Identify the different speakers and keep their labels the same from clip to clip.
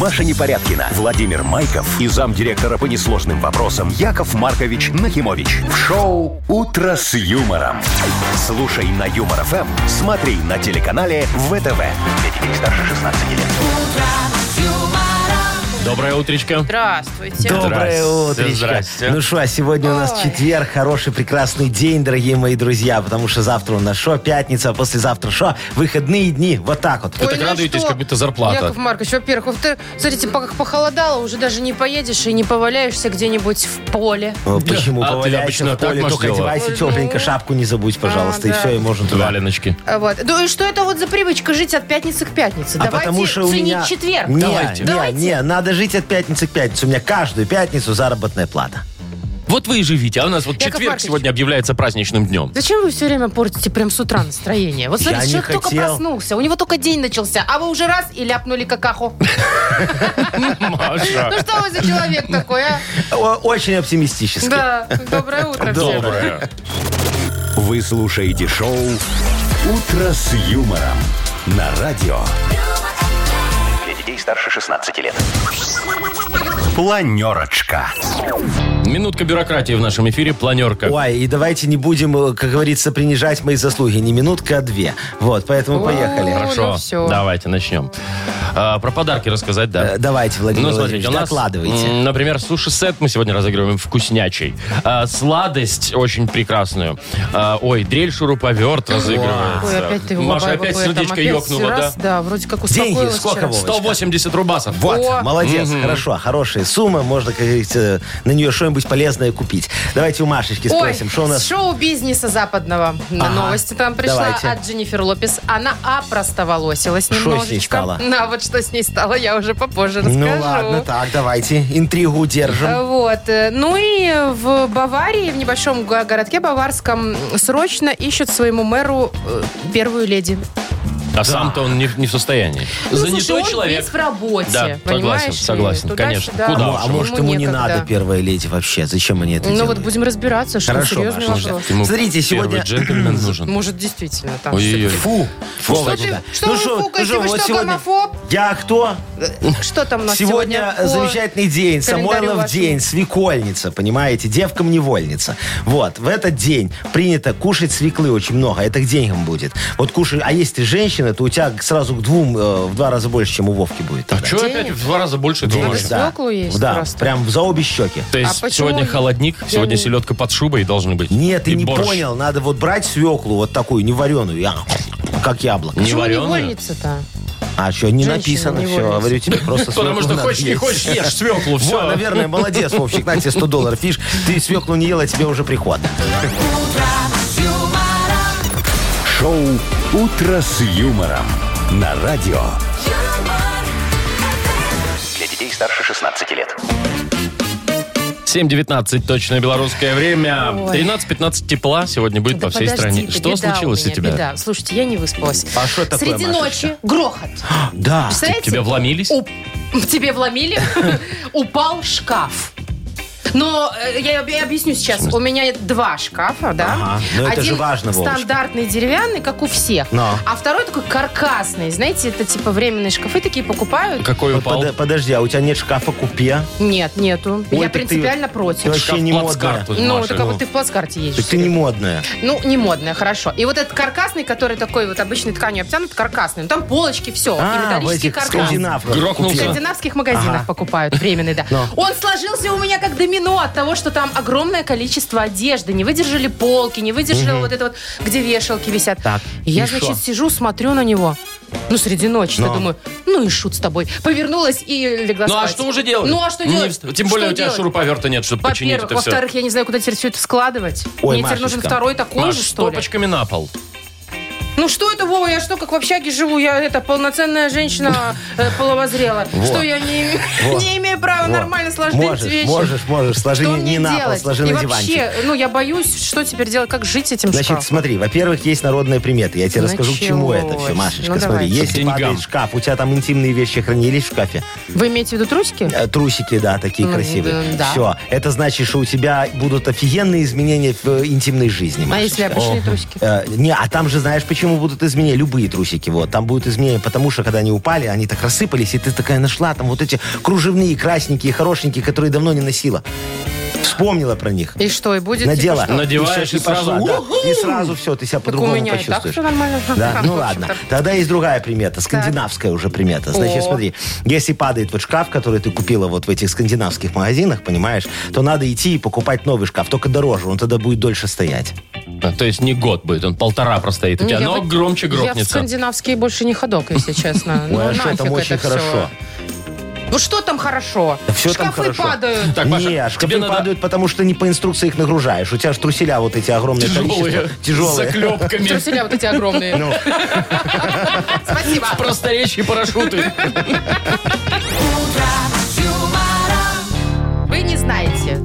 Speaker 1: Маша Непорядкина, Владимир Майков и замдиректора по несложным вопросам Яков Маркович Нахимович. В шоу «Утро с юмором». Слушай на Юмор ФМ, смотри на телеканале ВТВ. Для детей старше 16 лет.
Speaker 2: Доброе утречко.
Speaker 3: Здравствуйте.
Speaker 4: Доброе
Speaker 2: Здрасте,
Speaker 4: утречко.
Speaker 2: здрасте.
Speaker 4: Ну что, а сегодня у нас
Speaker 3: Ой.
Speaker 4: четверг, хороший, прекрасный день, дорогие мои друзья, потому что завтра у нас шо, пятница, а послезавтра шо, выходные дни, вот так вот.
Speaker 2: так
Speaker 3: ну и
Speaker 2: радуетесь,
Speaker 3: что?
Speaker 2: как будто зарплата.
Speaker 3: Яков Маркович, во-первых. Во-вторых, смотрите, пока похолодало, уже даже не поедешь и не поваляешься где-нибудь в поле.
Speaker 4: Э, Почему
Speaker 2: А ты
Speaker 4: поваляешься
Speaker 2: обычно
Speaker 4: в поле,
Speaker 2: так, Маш,
Speaker 4: только
Speaker 2: делала?
Speaker 4: одевайся тепленько, шапку не забудь, пожалуйста,
Speaker 3: А,
Speaker 4: и
Speaker 3: да.
Speaker 4: все, и можно туда.
Speaker 2: Валеночки.
Speaker 3: А Вот. Ну и что это вот за привычка жить от пятницы к пятнице?
Speaker 4: А
Speaker 3: Давайте
Speaker 4: потому что у
Speaker 3: ценить
Speaker 4: меня...
Speaker 3: четверг.
Speaker 4: Не,
Speaker 2: Давайте.
Speaker 4: не,
Speaker 3: Давайте.
Speaker 4: не, надо жить от пятницы к пятнице. У меня каждую пятницу заработная плата.
Speaker 2: Вот вы и живите, а у нас вот
Speaker 3: Яков
Speaker 2: четверг
Speaker 3: Маркович.
Speaker 2: сегодня объявляется праздничным днем.
Speaker 3: Зачем вы все время портите прям с утра настроение? Вот смотрите,
Speaker 4: Я не
Speaker 3: человек только
Speaker 4: хотел.
Speaker 3: проснулся, у него только день начался, а вы уже раз и ляпнули какаху.
Speaker 2: Маша.
Speaker 3: Ну что вы за человек такой, а?
Speaker 4: О- Очень оптимистически.
Speaker 3: Да, доброе утро
Speaker 2: Ну
Speaker 3: всем.
Speaker 2: Доброе.
Speaker 1: Вы слушаете шоу «Утро с юмором» на радио. Для детей старше 16 лет. Планерочка.
Speaker 2: Минутка бюрократии в нашем эфире. Планерка.
Speaker 4: Ой, и давайте не будем, э, как говорится, принижать мои заслуги. Не минутка, а две. Вот, поэтому поехали.
Speaker 3: Ну,
Speaker 2: Хорошо.
Speaker 3: ну всё.
Speaker 2: Давайте начнем. А, про подарки рассказать, да.
Speaker 4: Э, Давайте, Владимир
Speaker 2: Ну,
Speaker 4: Владимирович,
Speaker 2: смотрите, у нас,
Speaker 4: докладывайте.
Speaker 2: м, например, суши-сет мы сегодня разыгрываем вкуснячий. А, сладость очень прекрасную. А, ой, дрель шуруповерт
Speaker 3: Ой,
Speaker 2: разыгрывается.
Speaker 3: опять ты
Speaker 2: Маша
Speaker 3: улыбай-
Speaker 2: опять
Speaker 3: улыбай, там
Speaker 2: сердечко
Speaker 3: опять
Speaker 2: ёкнуло, да?
Speaker 3: раз, Да, вроде как
Speaker 4: Деньги
Speaker 3: успокоилась
Speaker 4: сколько,
Speaker 3: вчера.
Speaker 4: Вов?
Speaker 2: 180 рубасов.
Speaker 4: Вот,
Speaker 3: О.
Speaker 4: молодец, хорошо, хорошая сумма, можно, как говорится, на нее что-нибудь полезное купить. Давайте у Машечки спросим,
Speaker 3: Ой,
Speaker 4: что у нас...
Speaker 3: с шоу-бизнеса западного.
Speaker 4: Ага,
Speaker 3: Новости там пришла
Speaker 4: давайте.
Speaker 3: от Дженнифер Лопес. Она опростоволосилась
Speaker 4: Шо с ней
Speaker 3: немножечко.
Speaker 4: стало?
Speaker 3: Да, вот что с ней стало, я уже попозже расскажу.
Speaker 4: Ну ладно, так, давайте, интригу держим.
Speaker 3: Вот. э, Ну и в Баварии, в небольшом го- городке баварском, м, срочно ищут своему мэру э, первую леди.
Speaker 2: А сам-то он не, не в состоянии.
Speaker 3: Ну,
Speaker 2: Занятой
Speaker 3: слушай, он
Speaker 2: человек.
Speaker 3: весь в работе,
Speaker 2: Да, согласен,
Speaker 3: понимаешь? ли?
Speaker 2: согласен, конечно.
Speaker 3: Туда-сюда.
Speaker 2: Куда
Speaker 4: Ну,
Speaker 2: уж
Speaker 4: а может, ему не
Speaker 3: некогда.
Speaker 4: надо первая леди вообще? Зачем они это
Speaker 3: Ну
Speaker 4: делают?
Speaker 3: вот будем разбираться, что
Speaker 4: Хорошо,
Speaker 3: серьезный
Speaker 4: Маша,
Speaker 3: вопрос.
Speaker 2: Ему
Speaker 4: Смотрите,
Speaker 2: первый
Speaker 4: сегодня-
Speaker 2: джентльмен нужен.
Speaker 3: Может, действительно, там
Speaker 2: Ой-ой-ой.
Speaker 3: всё-таки.
Speaker 4: Фу, фу,
Speaker 3: Что,
Speaker 4: куда?
Speaker 3: ты, что вы фукаете?
Speaker 4: что,
Speaker 3: вы
Speaker 4: вот
Speaker 3: что,
Speaker 4: сегодня-
Speaker 3: гомофоб?
Speaker 4: Я кто?
Speaker 3: Что там у нас сегодня?
Speaker 4: Сегодня э,
Speaker 3: по
Speaker 4: замечательный день.
Speaker 3: календарю
Speaker 4: Самойлов
Speaker 3: вашему?
Speaker 4: день, свекольница, понимаете? Девкам невольница. Вот, в этот день принято кушать свеклы очень много. Это к деньгам будет. Вот кушай, а если ты женщина, то у тебя сразу к двум, э, в два раза больше, чем у Вовки будет.
Speaker 2: А что опять в два раза больше думаешь?
Speaker 3: Может, свеклу есть
Speaker 4: да,
Speaker 3: просто?
Speaker 4: прям за обе щеки.
Speaker 2: То есть
Speaker 3: А почему
Speaker 2: сегодня
Speaker 3: не-
Speaker 2: холодник,
Speaker 3: Я
Speaker 2: сегодня
Speaker 3: не-
Speaker 2: селедка под шубой должны быть.
Speaker 4: Нет, ты
Speaker 2: И
Speaker 4: не
Speaker 2: борщ.
Speaker 4: понял. Надо вот брать свеклу, вот такую, не вареную, я- как яблоко.
Speaker 2: Не
Speaker 3: Почему
Speaker 2: вареную?
Speaker 3: невольница-то?
Speaker 4: А что, не
Speaker 3: Женщина
Speaker 4: написано,
Speaker 3: невольница.
Speaker 4: все, говорю тебе, просто
Speaker 2: Потому
Speaker 4: свеклу
Speaker 2: что
Speaker 4: надо
Speaker 2: хочешь, не
Speaker 4: есть.
Speaker 2: хочешь, ешь свеклу, все.
Speaker 4: Во, наверное, молодец, Вовчик. На тебе 100 долларов. Видишь, ты свеклу не ела, тебе уже приход.
Speaker 1: Шоу «Утро с юмором» на радио. Для детей старше 16 лет.
Speaker 2: 7.19, точное белорусское время.
Speaker 3: Ой.
Speaker 2: 13-15 тепла сегодня будет
Speaker 3: Да
Speaker 2: по всей
Speaker 3: подожди
Speaker 2: стране.
Speaker 3: ты,
Speaker 2: Что
Speaker 3: беда
Speaker 2: случилось
Speaker 3: у, меня,
Speaker 2: у тебя?
Speaker 3: Беда. Слушайте, я не выспалась.
Speaker 4: А что такое,
Speaker 3: Среди
Speaker 4: Машечка?
Speaker 3: ночи грохот.
Speaker 4: Да.
Speaker 3: Представляете?
Speaker 2: Тебя вломились?
Speaker 3: Уп- Тебе вломили? Упал шкаф. Но э, я об- я объясню сейчас. У меня два шкафа, да?
Speaker 4: Ага. Ну, это
Speaker 3: Один
Speaker 4: же важно, Вовочка.
Speaker 3: стандартный деревянный, как у всех.
Speaker 4: Но.
Speaker 3: А второй такой каркасный. Знаете, это типа временные шкафы такие покупают.
Speaker 2: Какой
Speaker 4: Вот
Speaker 2: упал?
Speaker 4: подо- подожди, а у тебя нет шкафа купе?
Speaker 3: Нет, нету.
Speaker 4: Ой,
Speaker 3: я
Speaker 4: так ты-
Speaker 3: принципиально
Speaker 4: Ты
Speaker 3: против.
Speaker 4: вообще не модная.
Speaker 3: Ну, так а
Speaker 2: ну.
Speaker 3: вот ты в плацкарте едешь.
Speaker 4: Так ты не модная.
Speaker 3: Ну, не модная, хорошо. И вот этот каркасный, который такой вот обычной тканью обтянут, каркасный. Ну, там полочки, все. и
Speaker 4: А, в
Speaker 3: металлический
Speaker 4: этих
Speaker 3: каркас.
Speaker 4: скандинавках.
Speaker 2: Грохнулся.
Speaker 3: В
Speaker 4: купила.
Speaker 3: скандинавских магазинах
Speaker 4: Ага.
Speaker 3: покупают временный, да.
Speaker 4: Ну.
Speaker 3: Он сложился у меня как домино от того, что там огромное количество одежды. Не выдержали полки, не выдержала вот это вот, где вешалки висят.
Speaker 4: Так,
Speaker 3: И я,
Speaker 4: и
Speaker 3: значит,
Speaker 4: шо?
Speaker 3: сижу, смотрю на него. Ну, среди ночи, я
Speaker 4: Ну.
Speaker 3: думаю, ну и шут с тобой. Повернулась и легла
Speaker 2: Ну а
Speaker 3: спать.
Speaker 2: что уже делать?
Speaker 3: Ну а что
Speaker 2: Не
Speaker 3: делать?
Speaker 2: вст- Тем более
Speaker 3: Что
Speaker 2: у тебя
Speaker 3: делать?
Speaker 2: шуруповерта нет, чтобы починить
Speaker 3: Во-первых.
Speaker 2: это все.
Speaker 3: Во-вторых, я не знаю, куда теперь все это складывать.
Speaker 4: Ой,
Speaker 3: Мне теперь нужен
Speaker 4: Машечка.
Speaker 3: второй такой
Speaker 2: Маш,
Speaker 3: же,
Speaker 2: с
Speaker 3: что ли?
Speaker 2: топочками на пол.
Speaker 3: Ну что это, Вова, я что, как в общаге живу? Я это полноценная женщина э, половозрела.
Speaker 4: Вот.
Speaker 3: Что я не, име-
Speaker 4: Вот.
Speaker 3: не имею права
Speaker 4: Вот.
Speaker 3: нормально сложить
Speaker 4: можешь,
Speaker 3: вещи?
Speaker 4: Можешь, можешь, сложи
Speaker 3: что
Speaker 4: не,
Speaker 3: мне
Speaker 4: не на пол,
Speaker 3: делать?
Speaker 4: сложи
Speaker 3: И
Speaker 4: на диванчик.
Speaker 3: вообще, ну я боюсь, что теперь делать, как жить с этим
Speaker 4: Значит,
Speaker 3: шкафом?
Speaker 4: смотри, во-первых, есть народные приметы. Я тебе расскажу, к чему это все,
Speaker 3: Началось.
Speaker 4: Машечка.
Speaker 3: Ну,
Speaker 4: смотри,
Speaker 3: давайте.
Speaker 2: К
Speaker 4: если
Speaker 2: деньгам.
Speaker 4: падает шкаф, у тебя там интимные вещи хранились в шкафе?
Speaker 3: Вы имеете в виду трусики?
Speaker 4: Э, Трусики, да, такие
Speaker 3: Ну,
Speaker 4: красивые.
Speaker 3: да.
Speaker 4: Все. Это значит, что у тебя будут офигенные изменения в э, интимной жизни,
Speaker 3: А если
Speaker 4: Машечка.
Speaker 3: обычные трусики?
Speaker 4: Э, Не, а там же знаешь почему будут изменения? Любые трусики, вот. Там будут изменения, потому что, когда они упали, они так рассыпались, и ты такая нашла там вот эти кружевные, красненькие, хорошенькие, которые давно не носила. Вспомнила про них.
Speaker 3: И что, и будет?
Speaker 4: Надела.
Speaker 3: типа,
Speaker 2: что? Надеваешь
Speaker 4: всё,
Speaker 2: и сразу,
Speaker 4: пошла, да. И сразу все, ты
Speaker 3: что?
Speaker 4: себя
Speaker 3: Так у
Speaker 4: по-другому
Speaker 3: меня и так
Speaker 4: почувствуешь.
Speaker 3: все нормально.
Speaker 4: Да, ну
Speaker 3: В
Speaker 4: ладно.
Speaker 3: общем-то.
Speaker 4: Тогда есть другая примета, скандинавская уже примета. Значит,
Speaker 3: О.
Speaker 4: смотри, если падает вот шкаф, который ты купила вот в этих скандинавских магазинах, понимаешь, то надо идти и покупать новый шкаф, только дороже, он тогда будет дольше стоять.
Speaker 2: А, То есть не год будет, он полтора простоит у тебя,
Speaker 3: Не, Ну, я
Speaker 2: но
Speaker 3: вот-
Speaker 2: громче
Speaker 3: Я в
Speaker 2: грохнется.
Speaker 3: скандинавские больше не ходок, если честно. Ну
Speaker 4: Ой, а что
Speaker 3: нафиг
Speaker 4: там очень
Speaker 3: это всё.
Speaker 4: хорошо?
Speaker 3: Ну что там хорошо?
Speaker 4: Да всё там
Speaker 3: Шкафы
Speaker 4: хорошо.
Speaker 3: падают.
Speaker 2: Так, Паша,
Speaker 4: Не, шкафы
Speaker 2: тебе надо-
Speaker 4: падают, потому что не по инструкции их нагружаешь. У тебя же труселя вот эти огромные
Speaker 2: Тяжелые,
Speaker 4: количество.
Speaker 2: с
Speaker 4: Тяжелые.
Speaker 2: заклепками,
Speaker 3: Труселя вот эти огромные. Спасибо.
Speaker 2: просторечие парашюты.
Speaker 3: Вы не знаете.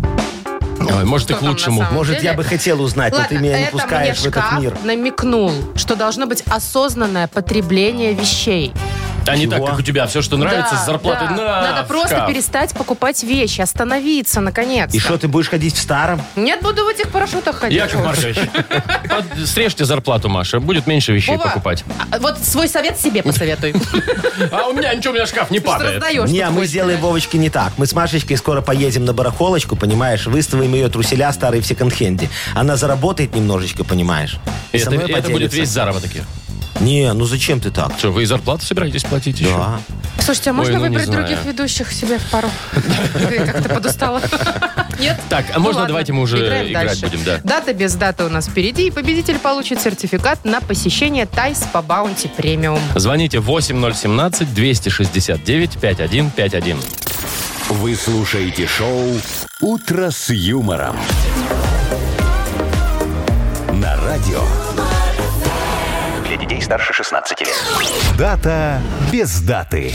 Speaker 2: Ой, может, и
Speaker 3: Что
Speaker 2: к
Speaker 3: там на
Speaker 2: лучшему.
Speaker 3: самом
Speaker 4: Может, я
Speaker 3: деле?
Speaker 4: бы хотел узнать, но
Speaker 3: Ладно,
Speaker 4: ты меня не
Speaker 3: это
Speaker 4: пускаешь в
Speaker 3: мне
Speaker 4: этот
Speaker 3: шкаф
Speaker 4: мир.
Speaker 3: намекнул, что должно быть осознанное потребление вещей.
Speaker 2: А не
Speaker 4: Чего?
Speaker 2: так, как у тебя. Все, что нравится,
Speaker 3: Да,
Speaker 2: с зарплаты
Speaker 3: да.
Speaker 2: на,
Speaker 3: Надо
Speaker 2: в
Speaker 3: просто
Speaker 2: шкаф.
Speaker 3: перестать покупать вещи, остановиться, наконец.
Speaker 4: И что, ты будешь ходить в старом?
Speaker 3: Нет, буду в этих парашютах ходить.
Speaker 2: Яков Маркович, под- срежьте зарплату, Маша. Будет меньше вещей
Speaker 3: Вова,
Speaker 2: покупать.
Speaker 3: а, Вот свой совет себе посоветуй.
Speaker 2: А у меня ничего, у меня шкаф не падает.
Speaker 3: Раздаешь.
Speaker 4: Не, мы сделаем Вовочки не так. Мы с Машечкой скоро поедем на барахолочку, понимаешь, выставим ее труселя старые в секонд-хенде. Она заработает немножечко, понимаешь. И со
Speaker 2: Это,
Speaker 4: мной
Speaker 2: это будет
Speaker 4: поделится.
Speaker 2: весь заработок.
Speaker 4: Не, ну зачем ты так?
Speaker 2: Что, вы и зарплату собираетесь платить еще?
Speaker 4: Да.
Speaker 3: Слушайте, а можно
Speaker 2: Ой, ну не
Speaker 3: выбрать
Speaker 2: знаю.
Speaker 3: других ведущих себе в пару? Ты как-то подустала. Нет?
Speaker 2: Так, а
Speaker 3: Ну
Speaker 2: можно
Speaker 3: ладно,
Speaker 2: давайте мы уже
Speaker 3: играем
Speaker 2: играть
Speaker 3: дальше.
Speaker 2: будем, да.
Speaker 3: Дата без даты у нас впереди, и победитель получит сертификат на посещение Тайс по Баунти Премиум.
Speaker 2: Звоните 8017-269-5151.
Speaker 1: Вы слушаете шоу «Утро с юмором». На радио.
Speaker 5: Для детей старше 16 лет.
Speaker 1: Дата без даты.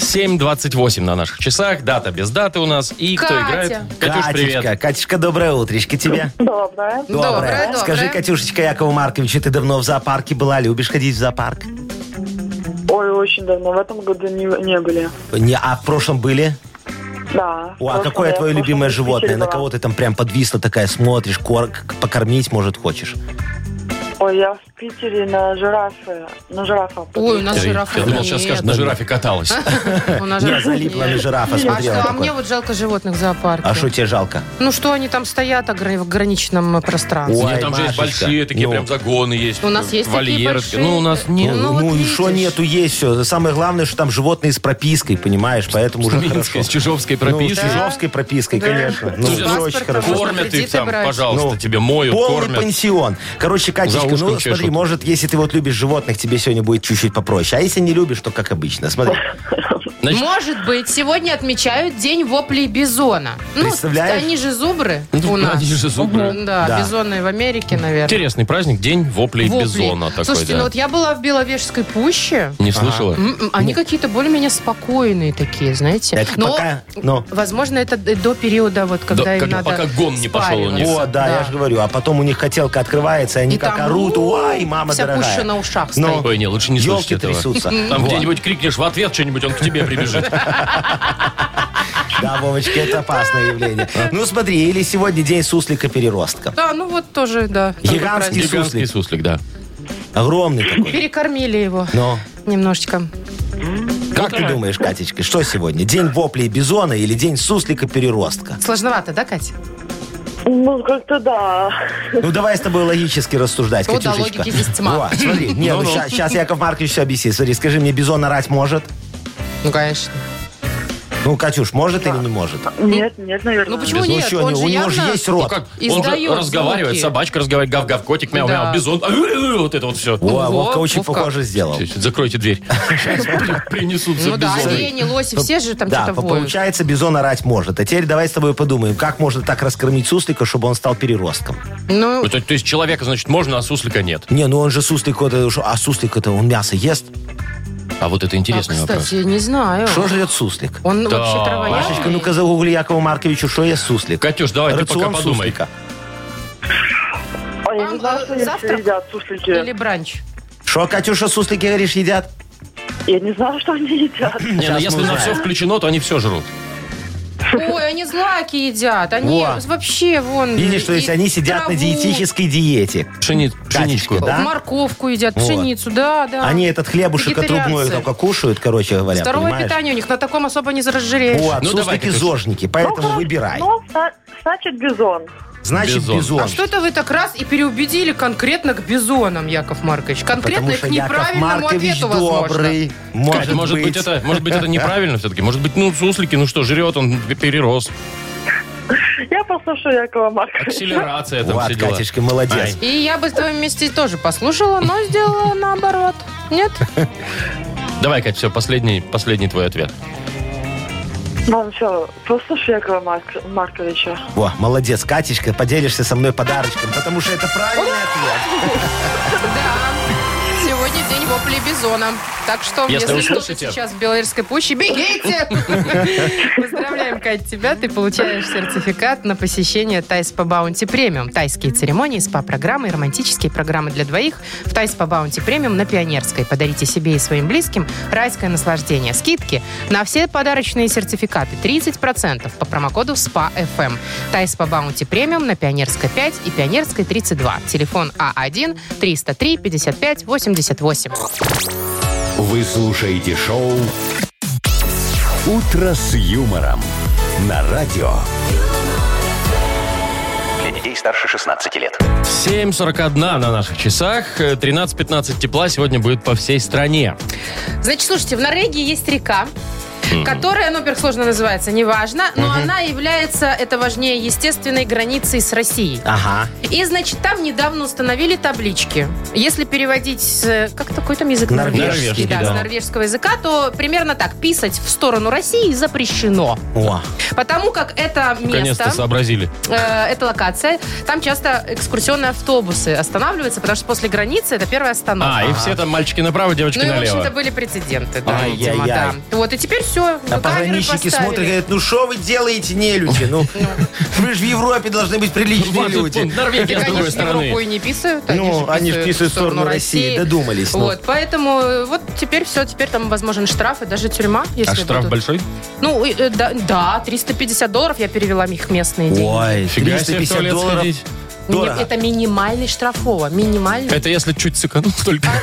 Speaker 2: 7.28 на наших часах. Дата без даты у нас. И кто
Speaker 3: Катя.
Speaker 2: играет? Катюш,
Speaker 4: Катечка,
Speaker 2: привет.
Speaker 4: Катюшка, доброе утречко тебе.
Speaker 3: Доброе,
Speaker 6: Доброе.
Speaker 3: доброе.
Speaker 4: Скажи, Катюшечка Якова Марковича, ты давно в зоопарке была? Любишь ходить в зоопарк?
Speaker 6: Ой, очень давно. В этом году не, не были.
Speaker 4: Не, а в прошлом были?
Speaker 6: Да.
Speaker 4: О, а
Speaker 6: Просто
Speaker 4: какое
Speaker 6: я
Speaker 4: твое
Speaker 6: в прошлом
Speaker 4: любимое
Speaker 6: году в
Speaker 4: животное?
Speaker 6: Питере
Speaker 4: На
Speaker 6: была.
Speaker 4: кого ты там прям подвисла такая, смотришь, кор- к- покормить, может, хочешь?
Speaker 6: Ой, я в Питере на жирафе. На жирафа.
Speaker 3: Ой, у нас
Speaker 2: Я
Speaker 3: жирафа
Speaker 2: думал, сейчас
Speaker 3: нет.
Speaker 2: скажешь, на жирафе каталась.
Speaker 3: У нас
Speaker 4: Не,
Speaker 3: жирафа
Speaker 4: залипла на
Speaker 3: нет.
Speaker 4: жирафа,
Speaker 3: А
Speaker 4: смотрела.
Speaker 3: что, а
Speaker 4: такое.
Speaker 3: мне вот жалко животных в зоопарке.
Speaker 4: А что тебе жалко?
Speaker 3: Ну что они там стоят огр- в ограниченном э, пространстве?
Speaker 4: Ой,
Speaker 2: Нет, там же есть
Speaker 4: Машечка,
Speaker 2: большие такие
Speaker 4: ну.
Speaker 2: прям загоны есть.
Speaker 3: У нас есть такие
Speaker 2: вольеры.
Speaker 3: большие.
Speaker 2: Ну, у нас нет.
Speaker 3: Ну,
Speaker 4: Ну,
Speaker 3: вот
Speaker 4: и что
Speaker 3: видишь.
Speaker 4: нету, есть все. Самое главное, что там животные с пропиской, понимаешь, поэтому уже
Speaker 2: ну, Минская,
Speaker 4: хорошо.
Speaker 2: с чижовской
Speaker 4: Ну, с
Speaker 2: пропиской.
Speaker 4: чижовской пропиской,
Speaker 3: Да.
Speaker 4: конечно. Ну,
Speaker 2: С
Speaker 4: уже очень
Speaker 3: паспортом.
Speaker 4: хорошо.
Speaker 3: Можно
Speaker 2: Кормят их
Speaker 3: кредиты
Speaker 2: там,
Speaker 3: брать.
Speaker 2: пожалуйста,
Speaker 4: Ну,
Speaker 2: тебе моют,
Speaker 4: Полный
Speaker 2: кормят.
Speaker 4: пансион. Короче, Катечка, ну
Speaker 2: За ушком
Speaker 4: смотри,
Speaker 2: чешут.
Speaker 4: может, если ты вот любишь животных, тебе сегодня будет чуть-чуть попроще. А если не любишь, то как обычно. Смотри,
Speaker 2: Значит,
Speaker 3: Может быть, сегодня отмечают день воплей бизона. Ну,
Speaker 4: Представляешь?
Speaker 3: они же зубры
Speaker 2: Ну,
Speaker 3: у нас.
Speaker 2: они же зубры.
Speaker 3: Мгм, Да,
Speaker 4: Да.
Speaker 3: бизоны в Америке, наверное.
Speaker 2: интересный праздник, день воплей
Speaker 3: Вопли.
Speaker 2: бизона такой,
Speaker 3: Слушайте,
Speaker 2: да.
Speaker 3: ну вот я была в Беловежской пуще.
Speaker 2: Не слышала?
Speaker 3: М, м,
Speaker 2: Ну.
Speaker 3: Они какие-то более-менее спокойные такие, знаете.
Speaker 4: Это пока- но.
Speaker 3: возможно, это д- до периода, вот, когда
Speaker 2: Да,
Speaker 3: им
Speaker 2: когда-
Speaker 3: надо
Speaker 2: пока гон не пошел у них.
Speaker 3: спариваться.
Speaker 4: О, да, я же говорю. А потом у них хотелка открывается, и они
Speaker 3: И
Speaker 4: как
Speaker 3: там,
Speaker 4: орут.
Speaker 3: у,
Speaker 4: Ой, мама
Speaker 3: вся
Speaker 4: дорогая.
Speaker 3: пуща на ушах
Speaker 4: Ну,
Speaker 3: стоит.
Speaker 2: Ой, не, лучше не слушать
Speaker 4: Елки
Speaker 2: этого.
Speaker 4: трясутся.
Speaker 2: Там
Speaker 4: Вот.
Speaker 2: где-нибудь крикнешь в ответ что-нибудь, он к тебе прибежит.
Speaker 4: Да, Вовочка, это опасное явление. Ну смотри, или сегодня день суслика-переростка.
Speaker 3: Да, ну вот тоже, да. такой
Speaker 4: Гигантский
Speaker 3: праздник.
Speaker 2: Гигантский суслик, да.
Speaker 4: Огромный такой.
Speaker 3: Перекормили его
Speaker 4: Но
Speaker 3: немножечко.
Speaker 4: как ты думаешь, Катечка, что сегодня? День вопли и бизона или день суслика-переростка?
Speaker 3: Сложновато, да, Кать?
Speaker 6: Ну, как-то да.
Speaker 4: Ну, давай с тобой логически рассуждать,
Speaker 3: Ну, да,
Speaker 4: Катюшечка.
Speaker 3: логики здесь тьма.
Speaker 4: Во, смотри, не, ну,
Speaker 2: Ну-ну.
Speaker 4: сейчас Яков Маркович все объяснит. Смотри, скажи мне, бизон орать может?
Speaker 3: Ну, конечно.
Speaker 4: Ну, Катюш, может или не может?
Speaker 6: Нет, нет, наверное.
Speaker 3: Ну, почему
Speaker 4: Ну,
Speaker 3: Ну, нет?
Speaker 4: чё,
Speaker 3: Он
Speaker 4: не-
Speaker 3: же
Speaker 4: у него же
Speaker 3: явно-
Speaker 4: есть
Speaker 2: Ну
Speaker 4: рот.
Speaker 2: как, он
Speaker 3: Издает
Speaker 2: же разговаривает,
Speaker 3: звуки.
Speaker 2: собачка разговаривает, гав-гав, котик, мяу-мяу,
Speaker 3: Да.
Speaker 2: бизон, а, вот это вот все.
Speaker 4: Во,
Speaker 3: Во,
Speaker 4: Вовка очень
Speaker 3: Ну, Вовка.
Speaker 4: похоже сделал.
Speaker 2: Закройте дверь. Сейчас при- принесутся
Speaker 3: Ну да,
Speaker 2: бизоны.
Speaker 3: олени, лоси, все же там
Speaker 4: да,
Speaker 3: что-то
Speaker 4: по-
Speaker 3: воют.
Speaker 4: получается, бизон орать может. А теперь давай с тобой подумаем, как можно так раскормить суслика, чтобы он стал переростком.
Speaker 3: Ну,
Speaker 2: Вот, То то есть человека, значит, можно, а суслика нет.
Speaker 4: Не, ну он же суслик, вот это что, а суслик-то он мясо ест?
Speaker 2: А вот это
Speaker 3: а,
Speaker 2: интересный
Speaker 3: кстати,
Speaker 2: вопрос.
Speaker 3: не знаю.
Speaker 4: Что жрет суслик?
Speaker 3: Он
Speaker 2: Да.
Speaker 3: вообще травоядный?
Speaker 4: Машечка, ну-ка загугли Якову Марковичу, что ест суслик.
Speaker 2: Катюш, давай, ты пока
Speaker 4: Рацион
Speaker 2: подумай.
Speaker 4: суслика.
Speaker 6: Ой, А я
Speaker 3: Вам,
Speaker 6: не знала,
Speaker 3: э,
Speaker 6: что они
Speaker 3: завтрак?
Speaker 6: все едят суслики.
Speaker 3: Или бранч?
Speaker 4: Что, Катюша, суслики, говоришь, едят?
Speaker 6: Я не знала, что они едят.
Speaker 2: Не, ну
Speaker 4: Сейчас
Speaker 2: если
Speaker 4: мы
Speaker 2: на
Speaker 4: узнаем.
Speaker 2: все включено, то они все жрут.
Speaker 3: Ой, они злаки едят. Они
Speaker 4: Во.
Speaker 3: вообще вон...
Speaker 4: Или что,
Speaker 3: и
Speaker 4: если они сидят на
Speaker 3: траву,
Speaker 4: диетической диете.
Speaker 2: Пшени- Пшеничку.
Speaker 4: Катечка, да?
Speaker 3: Морковку едят,
Speaker 4: Вот.
Speaker 3: пшеницу, да, да.
Speaker 4: Они этот хлебушек
Speaker 3: Вегетарианцы.
Speaker 4: отрубной только кушают, короче говоря,
Speaker 3: Здоровое
Speaker 4: понимаешь?
Speaker 3: питание у них, на таком особо не заразжиреешь.
Speaker 4: Вот,
Speaker 2: Ну, давай,
Speaker 4: суслики,
Speaker 2: Катюш.
Speaker 4: зожники, поэтому выбирай.
Speaker 6: Ну, зна- значит, бизон.
Speaker 4: Значит,
Speaker 2: Бизон.
Speaker 4: бизон.
Speaker 3: А что это вы так раз и переубедили конкретно к бизонам, Яков Маркович? А Конкретно
Speaker 4: Потому
Speaker 3: их
Speaker 4: что
Speaker 3: к
Speaker 4: Яков
Speaker 3: неправильному
Speaker 4: Маркович
Speaker 3: ответу, возможно.
Speaker 4: добрый. Может,
Speaker 2: Кать, может быть, это, может быть, это неправильно все-таки. Может быть, ну, суслики, ну что, жрет он, перерос.
Speaker 6: Я послушаю Якова Марковича.
Speaker 2: Акселерация там
Speaker 4: Вот,
Speaker 2: все дела.
Speaker 4: Катюшка, молодец.
Speaker 3: И я бы в твоем месте тоже послушала, но сделала наоборот. Нет?
Speaker 2: Ай. Давай, Кать, все, последний, последний твой ответ.
Speaker 6: Ладно, все, Ну, послушаю Якова Марк- Марковича.
Speaker 4: Во, молодец, Катечка, поделишься со мной подарочком, потому что это правильный ответ.
Speaker 3: Да. Сегодня день вопли бизона. Так что,
Speaker 2: Если
Speaker 3: если, кто-то
Speaker 2: услышите.
Speaker 3: сейчас в Белорецкой пуще, бегите! Поздравляем, Кать, тебя. Ты получаешь сертификат на посещение Тайс по Баунти Премиум. Тайские церемонии, СПА-программы и романтические программы для двоих в Тайс по Баунти Премиум на Пионерской. Подарите себе и своим близким райское наслаждение. Скидки на все подарочные сертификаты 30% по промокоду СПА-ФМ. Тайс по Баунти Премиум на Пионерской 5 и Пионерской 32. Телефон А А1-303-55-88.
Speaker 1: Вы слушаете шоу «Утро с юмором» на радио.
Speaker 5: Для детей старше 16 лет.
Speaker 2: 7.41 на наших часах. Э, 13.15 тепла сегодня будет по всей стране.
Speaker 3: Значит, слушайте, в Норвегии есть река, которая, ну, во-первых, сложно называется, неважно, но она является, это важнее, естественной границей с Россией.
Speaker 4: Ага.
Speaker 3: И, значит, там недавно установили таблички. Если переводить, с, э, как такой там язык?
Speaker 4: Норвежский,
Speaker 3: да,
Speaker 2: да.
Speaker 3: с норвежского языка, то примерно так, писать в сторону России запрещено.
Speaker 4: О,
Speaker 3: Потому как это
Speaker 2: Наконец-то
Speaker 3: место...
Speaker 2: сообразили.
Speaker 3: Э, это локация. Там часто экскурсионные автобусы останавливаются, потому что после границы это первая остановка.
Speaker 2: А, и все там мальчики направо, девочки
Speaker 3: Ну и, в общем-то,
Speaker 2: налево.
Speaker 3: были прецеденты, да,
Speaker 4: Ай-яй-яй.
Speaker 3: видимо, да. Вот, и теперь ну, все.
Speaker 4: а пограничники смотрят, говорят, ну что вы делаете, не люди? Ну, вы же в Европе должны быть приличные
Speaker 2: Вот тут,
Speaker 4: люди.
Speaker 2: вон, Норвегия, с другой
Speaker 3: конечно, Европу
Speaker 2: стороны.
Speaker 3: и не писают.
Speaker 4: Ну, они ж писают в сторону России, додумались, ну.
Speaker 3: Вот, поэтому э, вот теперь все, теперь там возможен штраф и даже тюрьма, если
Speaker 2: А штраф
Speaker 3: будут.
Speaker 2: большой?
Speaker 3: Ну, э, э, да, да, 350 долларов я перевела их местные деньги.
Speaker 4: Ой,
Speaker 2: Фига себе в
Speaker 4: 350
Speaker 2: туалет
Speaker 4: долларов.
Speaker 2: сходить.
Speaker 3: Мне-
Speaker 4: дорого.
Speaker 3: это минимальный штрафово, минимальный.
Speaker 2: Это если чуть сэкономил только.
Speaker 3: А?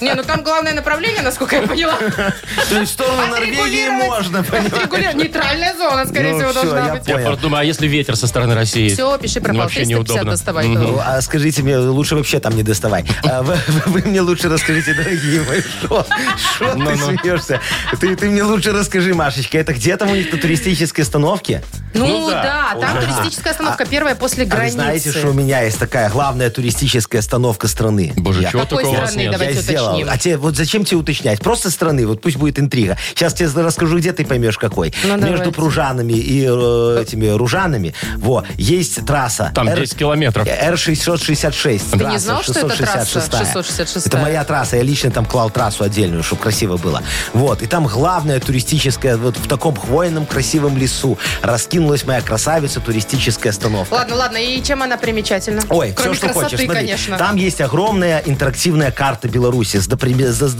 Speaker 3: Не, ну там главное направление, насколько я поняла.
Speaker 4: То есть в сторону Норвегии
Speaker 3: Отрегулировать.
Speaker 4: можно, понимаешь?
Speaker 3: Отрегулировать. Нейтральная зона, скорее
Speaker 4: Ну,
Speaker 3: всего,
Speaker 4: всё,
Speaker 3: должна
Speaker 4: я
Speaker 3: быть.
Speaker 4: понял.
Speaker 2: Я просто думаю, а если ветер со стороны России?
Speaker 3: Все, пиши пропал.
Speaker 2: Вообще
Speaker 3: 350
Speaker 2: неудобно.
Speaker 3: доставай.
Speaker 4: Ну, а скажите мне, лучше вообще там не доставай. А вы, вы- вы мне лучше расскажите, дорогие мои, что ты
Speaker 2: Ну,
Speaker 4: смеешься? Ты, ты мне лучше расскажи, Машечка, это где там у них на туристической остановке?
Speaker 3: Ну,
Speaker 2: Ну да.
Speaker 3: да, там туристическая остановка первая после
Speaker 4: А вы
Speaker 3: границы.
Speaker 4: знаете, что у меня есть такая главная туристическая остановка страны?
Speaker 2: Боже,
Speaker 4: Я-
Speaker 2: чего
Speaker 3: Какой
Speaker 2: такого у вас
Speaker 3: стороны?
Speaker 2: нет?
Speaker 3: Давайте
Speaker 4: я сделал.
Speaker 3: уточним.
Speaker 4: А тебе вот зачем тебе уточнять? Просто страны, вот пусть будет интрига. Сейчас тебе расскажу, где ты поймешь какой.
Speaker 3: Ну,
Speaker 4: Между
Speaker 3: давайте.
Speaker 4: Пружанами и э, этими Ружанами, во, есть трасса.
Speaker 2: Там
Speaker 4: Р-
Speaker 2: 10 километров.
Speaker 4: Р-666.
Speaker 3: Ты не знал, что это трасса 666?
Speaker 4: Это моя трасса. Я лично там клал трассу отдельную, чтобы красиво было. Вот. И там главная туристическая, вот в таком хвойном красивом лесу раскинулась моя красавица туристическая остановка.
Speaker 3: Ладно, ладно, и чем она примечательна?
Speaker 4: Ой,
Speaker 3: Кроме
Speaker 4: все, что
Speaker 3: красоты,
Speaker 4: хочешь. Смотри,
Speaker 3: конечно.
Speaker 4: Там есть огромная интерактивная карта Беларуси с, доприм- с- с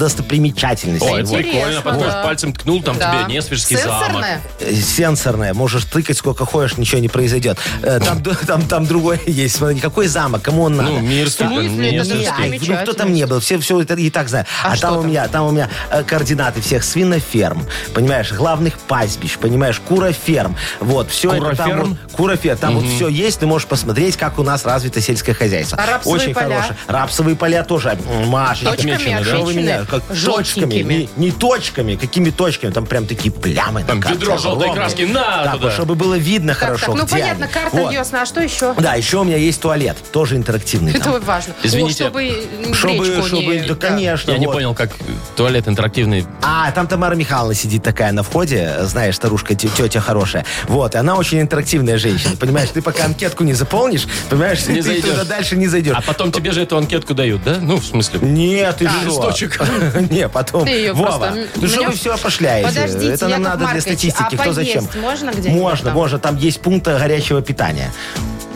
Speaker 4: достопримечательностями.
Speaker 2: Ой,
Speaker 3: Интересно,
Speaker 2: прикольно, подходишь,
Speaker 3: да.
Speaker 2: пальцем ткнул, там
Speaker 3: Да.
Speaker 2: тебе Несвежский замок.
Speaker 3: Сенсорная?
Speaker 4: Э, Сенсорная, можешь тыкать сколько хочешь, ничего не произойдет. Э, Там, ду- там, там другой есть, смотри, какой замок, кому он надо.
Speaker 2: Ну, Мирский,
Speaker 3: В
Speaker 2: там,
Speaker 3: смысле? Это
Speaker 4: Не,
Speaker 2: Несвежский.
Speaker 3: Слушай,
Speaker 4: а их, ну, кто там не был, все, все это и так знаю.
Speaker 3: А
Speaker 4: А,
Speaker 3: что
Speaker 4: там у
Speaker 3: там?
Speaker 4: меня, там у меня э, координаты всех свиноферм, понимаешь, главных пастбищ, понимаешь, куроферм. Вот, все это там
Speaker 2: Куроферм?
Speaker 4: вот, куроферм, там вот все есть, ты можешь посмотреть, как у нас развито сельское хозяйство.
Speaker 3: А рапсовые
Speaker 4: Очень
Speaker 3: поля?
Speaker 4: хорошие. Рапсовые поля тоже, м, Машечка.
Speaker 3: Точками
Speaker 2: отмечено, да?
Speaker 4: Что вы меня,
Speaker 3: отмечены.
Speaker 4: как точками,
Speaker 3: Желтенькими.
Speaker 4: не, не точками, какими точками, там прям такие плямы.
Speaker 2: Там
Speaker 4: на карте
Speaker 2: ведро желтой
Speaker 4: огромные.
Speaker 2: краски, на
Speaker 4: Так
Speaker 2: туда.
Speaker 4: вот, чтобы было видно
Speaker 3: Так,
Speaker 4: хорошо,
Speaker 3: так, ну
Speaker 4: где
Speaker 3: понятно,
Speaker 4: они.
Speaker 3: карта
Speaker 4: Вот.
Speaker 3: ясна, а что еще?
Speaker 4: Да, еще у меня есть туалет, тоже интерактивный. там.
Speaker 3: Это важно.
Speaker 2: Извините.
Speaker 3: О, чтобы м,
Speaker 4: Чтобы,
Speaker 3: гречку
Speaker 4: чтобы,
Speaker 3: не-
Speaker 4: да, конечно.
Speaker 2: Я не
Speaker 4: вот.
Speaker 2: понял, как туалет интерактивный.
Speaker 4: А, там Тамара Михайловна сидит такая на входе, знаешь, старушка, те- тетя хорошая. Вот, и она очень интерактивная женщина, понимаешь? Ты пока анкетку не заполнишь, понимаешь,
Speaker 2: Не
Speaker 4: ты
Speaker 2: зайдешь.
Speaker 4: туда дальше не зайдешь.
Speaker 2: А потом тебе же эту анкетку дают, да? Ну, в смысле.
Speaker 4: Нет, ты что?
Speaker 2: листочек.
Speaker 4: Не, потом.
Speaker 3: Ты ее
Speaker 4: Вова,
Speaker 3: просто-
Speaker 4: ну что
Speaker 3: Меня-
Speaker 4: вы все опошляете?
Speaker 3: Подождите,
Speaker 4: Это нам
Speaker 3: Яков
Speaker 4: надо для
Speaker 3: Маркович,
Speaker 4: статистики.
Speaker 3: а
Speaker 4: Кто зачем?
Speaker 3: поесть можно где-нибудь
Speaker 4: Можно,
Speaker 3: там?
Speaker 4: можно. Там есть пункт горячего питания.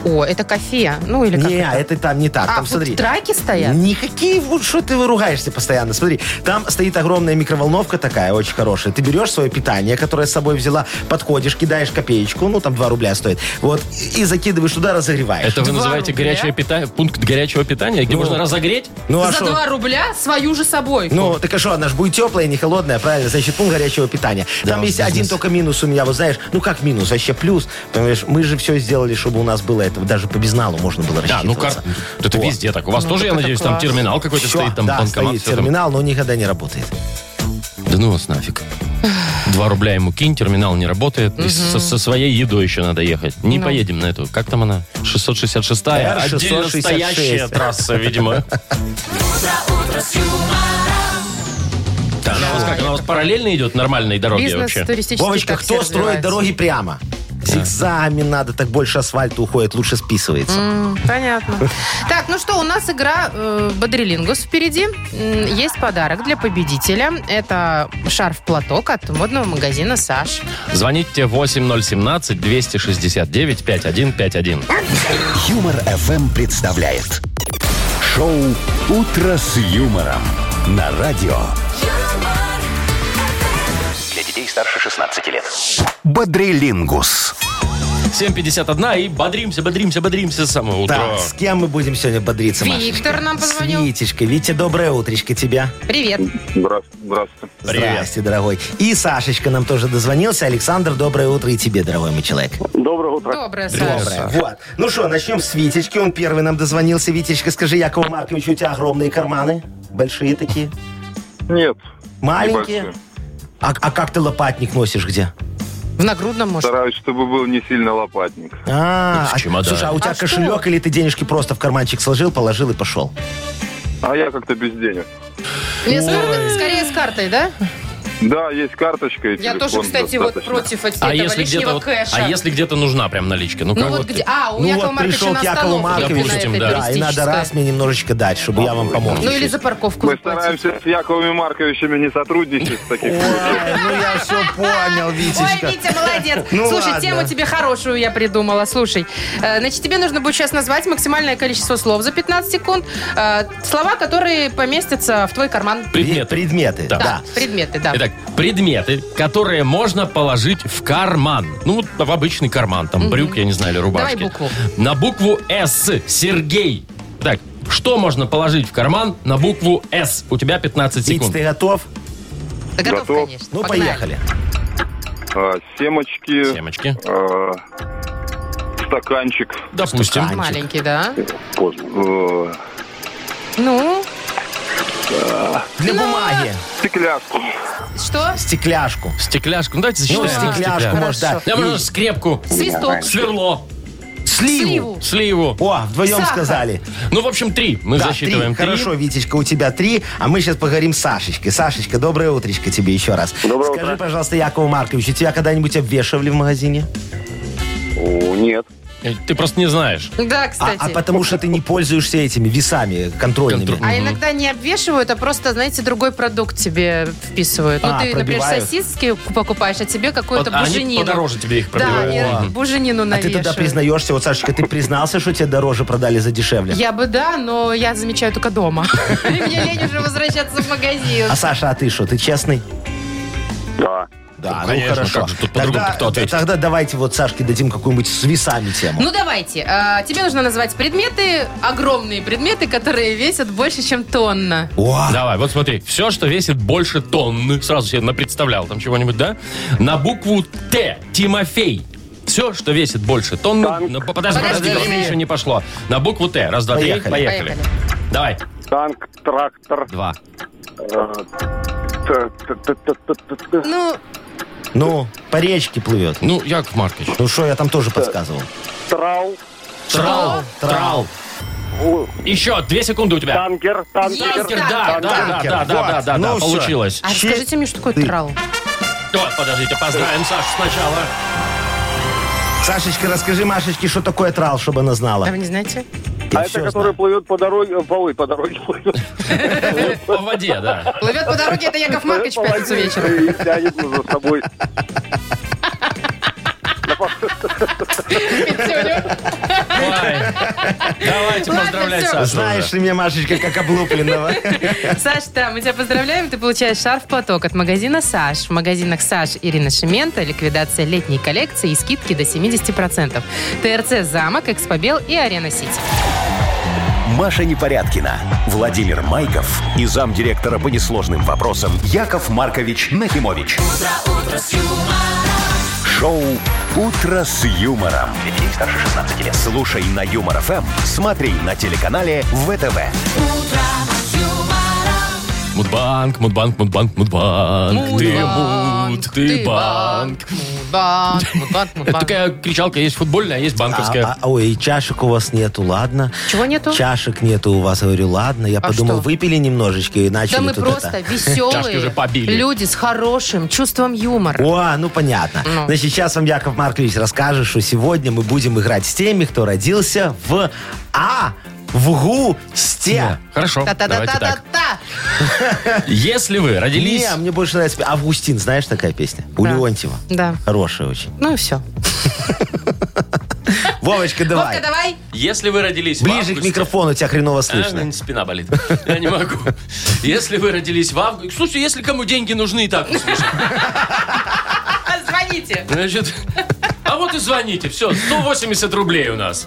Speaker 3: О, это кофе. Ну, или как
Speaker 4: Не,
Speaker 3: это?
Speaker 4: это там не так.
Speaker 3: А,
Speaker 4: там,
Speaker 3: тут
Speaker 4: смотри.
Speaker 3: траки стоят?
Speaker 4: Никакие, вот что ты ругаешься постоянно. Смотри, там стоит огромная микроволновка такая, очень хорошая. Ты берешь свое питание, которое с собой взяла, подходишь, кидаешь копеечку, ну там 2 рубля стоит, вот, и закидываешь туда, разогреваешь.
Speaker 2: Это вы
Speaker 3: Два
Speaker 2: называете
Speaker 3: рубля?
Speaker 2: горячее питание, пункт горячего питания, где можно разогреть?
Speaker 4: Ну а
Speaker 3: За
Speaker 4: что?
Speaker 3: 2 рубля свою же собой.
Speaker 4: Ну, так а что, она же будет теплая, не холодная, правильно? Значит, пункт горячего питания. Там есть один только минус у меня, вот знаешь, ну как минус, вообще плюс. Понимаешь, мы же все сделали, чтобы у нас было это, даже по безналу можно было
Speaker 2: Да, ну как?
Speaker 4: рассчитываться.
Speaker 2: Это везде так. У вас
Speaker 3: Ну,
Speaker 2: тоже, я
Speaker 3: так это
Speaker 2: надеюсь, там
Speaker 3: класс.
Speaker 2: терминал какой-то
Speaker 4: Всё,
Speaker 2: стоит, там
Speaker 4: да,
Speaker 2: банкомат.
Speaker 4: стоит
Speaker 2: всё там.
Speaker 4: терминал, но никогда не работает.
Speaker 2: Да ну вас нафиг. Два рубля ему кинь, терминал не работает. И со, со своей едой еще надо ехать. Не
Speaker 3: Ну.
Speaker 2: поедем на эту. Как там она? 666-я?
Speaker 4: Р-
Speaker 2: Отдельно
Speaker 4: 666.
Speaker 2: стоящая трасса, видимо. Да, Она у вас как, она у вас параллельно идет нормальной дороге
Speaker 3: Бизнес
Speaker 2: вообще?
Speaker 3: туристический
Speaker 4: Вовочка,
Speaker 3: такси
Speaker 4: кто строит
Speaker 3: развивается.
Speaker 4: дороги прямо? Зигзагами надо, так больше асфальта уходит, лучше списывается.
Speaker 3: М, Понятно. Так, ну что, у нас игра э, Бодрилингус впереди. М, Есть подарок для победителя. Это шарф-платок от модного магазина «Саш».
Speaker 2: Звоните 8017-269-5151.
Speaker 1: Юмор FM представляет шоу Утро с юмором на радио
Speaker 5: Для детей старше 16 лет.
Speaker 1: Бодрилингус.
Speaker 2: 7.51 и бодримся, бодримся, бодримся с самого утра.
Speaker 4: Да, с кем мы будем сегодня бодриться, Машечка?
Speaker 3: Виктор нам
Speaker 4: С
Speaker 3: позвонил.
Speaker 4: Витечкой. Витя, доброе утречко тебя.
Speaker 3: Привет.
Speaker 7: Здравствуйте.
Speaker 2: Привет.
Speaker 4: Здрасте, дорогой. И Сашечка нам тоже дозвонился. Александр, доброе утро и тебе, дорогой мой человек.
Speaker 7: Доброе утро.
Speaker 3: Доброе, Саш.
Speaker 4: Доброе. Вот. Ну что, начнем с Витечки. Он первый нам дозвонился. Витечка, скажи, Якову Марковичу, у тебя огромные карманы? Большие такие?
Speaker 7: Нет.
Speaker 4: Маленькие?
Speaker 7: небольшое.
Speaker 4: А, а как ты лопатник носишь где?
Speaker 3: В нагрудном, может?
Speaker 7: Стараюсь, чтобы был не сильно лопатник.
Speaker 4: А,
Speaker 2: В
Speaker 4: а-
Speaker 2: чемодане.
Speaker 4: слушай, а у тебя
Speaker 3: А что?
Speaker 4: кошелек или ты денежки просто в карманчик сложил, положил и пошел?
Speaker 7: А я как-то без денег.
Speaker 3: Не, с картой- Скорее с картой, да?
Speaker 7: Да, есть карточка и
Speaker 3: Я
Speaker 7: телефон
Speaker 3: тоже, кстати, вот
Speaker 7: достаточно.
Speaker 3: против от
Speaker 2: А
Speaker 3: этого
Speaker 2: если, где-то
Speaker 3: лишнего
Speaker 2: вот-
Speaker 3: кэша.
Speaker 2: а если где-то нужна прям наличка? Ну,
Speaker 3: Ну
Speaker 2: кого
Speaker 3: вот
Speaker 2: ты-
Speaker 3: где... А, у
Speaker 4: ну
Speaker 3: Якова
Speaker 4: вот
Speaker 3: Марковича
Speaker 4: пришел к
Speaker 3: на
Speaker 4: Якову
Speaker 3: столовке,
Speaker 4: Марковичу,
Speaker 2: допустим,
Speaker 3: на
Speaker 2: да.
Speaker 3: этой
Speaker 4: Да, и надо
Speaker 3: туристической.
Speaker 4: раз мне немножечко дать, чтобы я вам помог.
Speaker 3: Ну или за парковку
Speaker 7: Мы
Speaker 3: заплатить.
Speaker 7: стараемся с Яковыми Марковичами не сотрудничать в таких
Speaker 4: Ой,
Speaker 7: случаях.
Speaker 4: ну я все понял, Витечка.
Speaker 3: Ой, Витя, молодец.
Speaker 4: Ну
Speaker 3: Слушай,
Speaker 4: ладно.
Speaker 3: тему тебе хорошую я придумала. Слушай, э, значит, тебе нужно будет сейчас назвать максимальное количество слов за 15 секунд. Э, Слова, которые поместятся в твой карман.
Speaker 2: Предметы.
Speaker 4: Предметы,
Speaker 2: Да.
Speaker 4: да.
Speaker 3: Да, предметы, да.
Speaker 2: Итак, предметы, которые можно положить в карман. Ну, вот в обычный карман, там, брюк, я не знаю, или рубашки.
Speaker 3: Давай букву.
Speaker 2: На букву «С». Сергей. Так, что можно положить в карман на букву «С»? У тебя 15
Speaker 4: Витя,
Speaker 2: секунд.
Speaker 4: ты готов?
Speaker 3: Да готов,
Speaker 7: Готов.
Speaker 3: конечно.
Speaker 4: Ну,
Speaker 3: Погнали.
Speaker 4: поехали.
Speaker 7: А, Семочки,
Speaker 2: Семочки.
Speaker 7: а, стаканчик,
Speaker 2: Допустим.
Speaker 4: Стакан.
Speaker 3: Маленький, да.
Speaker 7: э,
Speaker 3: Ну,
Speaker 4: Для бумаги.
Speaker 3: э,
Speaker 7: стекляшку.
Speaker 3: что?
Speaker 4: Стекляшку.
Speaker 2: Стекляшку. Ну, давайте засчитаем.
Speaker 4: Ну,
Speaker 2: Стекляшку.
Speaker 4: стекляшку может
Speaker 3: Хорошо.
Speaker 4: дать.
Speaker 2: Я,
Speaker 4: И
Speaker 2: можно скрепку.
Speaker 3: Свисток.
Speaker 2: Сверло.
Speaker 3: Сливу.
Speaker 4: Сливу.
Speaker 2: Сливу.
Speaker 4: О, вдвоем
Speaker 3: Сахар.
Speaker 4: сказали.
Speaker 2: Ну, в общем, три. Мы
Speaker 4: Да,
Speaker 2: засчитываем
Speaker 4: три. Хорошо, Витечка, у тебя три, а мы сейчас поговорим с Сашечкой. Сашечка, доброе утречко тебе еще раз.
Speaker 7: Доброе
Speaker 4: Скажи,
Speaker 7: утро.
Speaker 4: пожалуйста, Якову Марковичу, тебя когда-нибудь обвешивали в магазине?
Speaker 7: Нет.
Speaker 2: Э, Ты просто не знаешь.
Speaker 3: Да,
Speaker 4: А,
Speaker 3: кстати.
Speaker 4: а потому что ты не пользуешься этими весами контрольными.
Speaker 2: Контр-
Speaker 3: А иногда не обвешивают, а просто, знаете, другой продукт тебе вписывают. Ну,
Speaker 4: А,
Speaker 3: ты, например,
Speaker 4: пробивают.
Speaker 3: сосиски покупаешь, а тебе какую-то
Speaker 2: Вот, а они
Speaker 3: буженину.
Speaker 2: подороже тебе их
Speaker 3: да,
Speaker 2: пробивают.
Speaker 3: они буженину
Speaker 4: А ты тогда
Speaker 3: навешивают.
Speaker 4: признаешься, вот, Сашечка, ты признался, что тебе дороже продали за дешевле?
Speaker 3: Я бы да, но я замечаю только дома. И мне лень уже возвращаться в магазин.
Speaker 4: А Саша, а ты что, ты честный?
Speaker 7: Да.
Speaker 4: Да,
Speaker 2: Ну, конечно, как же тут по-другому
Speaker 4: Тогда-
Speaker 2: кто ответит?
Speaker 4: Тогда давайте вот Сашке дадим какую-нибудь с весами тему.
Speaker 3: Ну давайте, а, тебе нужно назвать предметы, огромные предметы, которые весят больше, чем тонна.
Speaker 4: О,
Speaker 2: Давай, вот смотри. Все, что весит больше тонны, сразу себе напредставлял там чего-нибудь, да? На букву Т. Тимофей. Все, что весит больше тонны... Ну, по- подожди, подожди,
Speaker 3: Подожди.
Speaker 2: подожди, еще не пошло. На букву Т. Раз, два, три,
Speaker 4: Поехали.
Speaker 2: поехали. Давай.
Speaker 7: Танк, трактор. э,
Speaker 2: Два.
Speaker 3: Ну,
Speaker 4: Ну, по речке плывет.
Speaker 2: Ну, Яков Маркович.
Speaker 4: Ну что, я там тоже подсказывал.
Speaker 7: Трал,
Speaker 2: Трал. Трал. Еще две секунды у тебя.
Speaker 7: тангер,
Speaker 3: танкер. Есть
Speaker 2: Танкер, да, да, да, да, да, да, да, да,
Speaker 4: Ну, всё.
Speaker 2: получилось.
Speaker 3: а скажите мне, что такое трал?
Speaker 2: Вот, подождите, поздравим Сашу сначала.
Speaker 4: Сашечка, расскажи Машечке, что такое трал, чтобы она знала.
Speaker 3: А вы не знаете?
Speaker 4: Я
Speaker 7: А
Speaker 4: всё
Speaker 7: это который плывет по дороге, э, по, ой, по дороге плывет.
Speaker 2: По воде, да.
Speaker 3: Плывет по дороге, это Яков Маркович в
Speaker 7: Плывет по
Speaker 3: пятницу
Speaker 7: воде
Speaker 3: вечером.
Speaker 7: И тянет за собой.
Speaker 3: Петюню.
Speaker 2: Давай. Давайте
Speaker 3: Ладно,
Speaker 2: поздравлять
Speaker 3: всё.
Speaker 2: Сашу. уже.
Speaker 4: Знаешь ты меня, Машечка, как облупленного.
Speaker 3: Саш, да, мы тебя поздравляем. Ты получаешь шарф-платок от магазина «Саш». В магазинах «Саш» Ирина Шимента ликвидация летней коллекции и скидки до 70%. ТРЦ «Замок», «Экспобел» и «Арена Сити».
Speaker 1: Маша Непорядкина, Владимир Майков и замдиректора по несложным вопросам Яков Маркович Нахимович. Шоу Утро с юмором. Для детей старше 16 лет. Слушай на юмор ФМ, смотри на телеканале ВТВ.
Speaker 2: Мудбанк, Мудбанк, Мудбанк, Мудбанк. Ты муд, ты банк.
Speaker 3: Банк, банк,
Speaker 2: Это
Speaker 3: банк.
Speaker 2: такая кричалка, есть футбольная, а есть
Speaker 4: А-
Speaker 2: банковская.
Speaker 4: а- Ой, и чашек у вас нету, ладно?
Speaker 3: Чего нету?
Speaker 4: Чашек нету у вас, я говорю, ладно. Я
Speaker 3: А
Speaker 4: подумал,
Speaker 3: что?
Speaker 4: выпили немножечко и начали
Speaker 3: Да мы
Speaker 4: тут
Speaker 3: просто
Speaker 4: это.
Speaker 2: Чашки уже
Speaker 3: веселые
Speaker 2: побили.
Speaker 3: люди с хорошим чувством юмора.
Speaker 4: О, ну понятно.
Speaker 3: Ну.
Speaker 4: Значит, сейчас вам Яков Маркович расскажет, что сегодня мы будем играть с теми, кто родился в А, в
Speaker 2: а,
Speaker 4: Густе.
Speaker 2: Хорошо, давайте так.
Speaker 3: Та-та-та-та-та-та!
Speaker 2: Если вы родились...
Speaker 4: Не, мне больше нравится Августин, знаешь такая песня? У
Speaker 3: Да.
Speaker 4: Леонтьева.
Speaker 3: Да.
Speaker 4: Хорошая очень.
Speaker 3: Ну и все.
Speaker 4: Вовочка, давай.
Speaker 3: Вовка, давай.
Speaker 2: Если вы родились в
Speaker 4: Ближе к
Speaker 2: августе-
Speaker 4: микрофону, тебя хреново слышно.
Speaker 2: А, спина болит. Я не могу. Если вы родились в августе... Слушайте, если кому деньги нужны, и так услышим.
Speaker 3: А, Звоните.
Speaker 2: Значит, а вот и звоните. Все, 180 рублей у нас.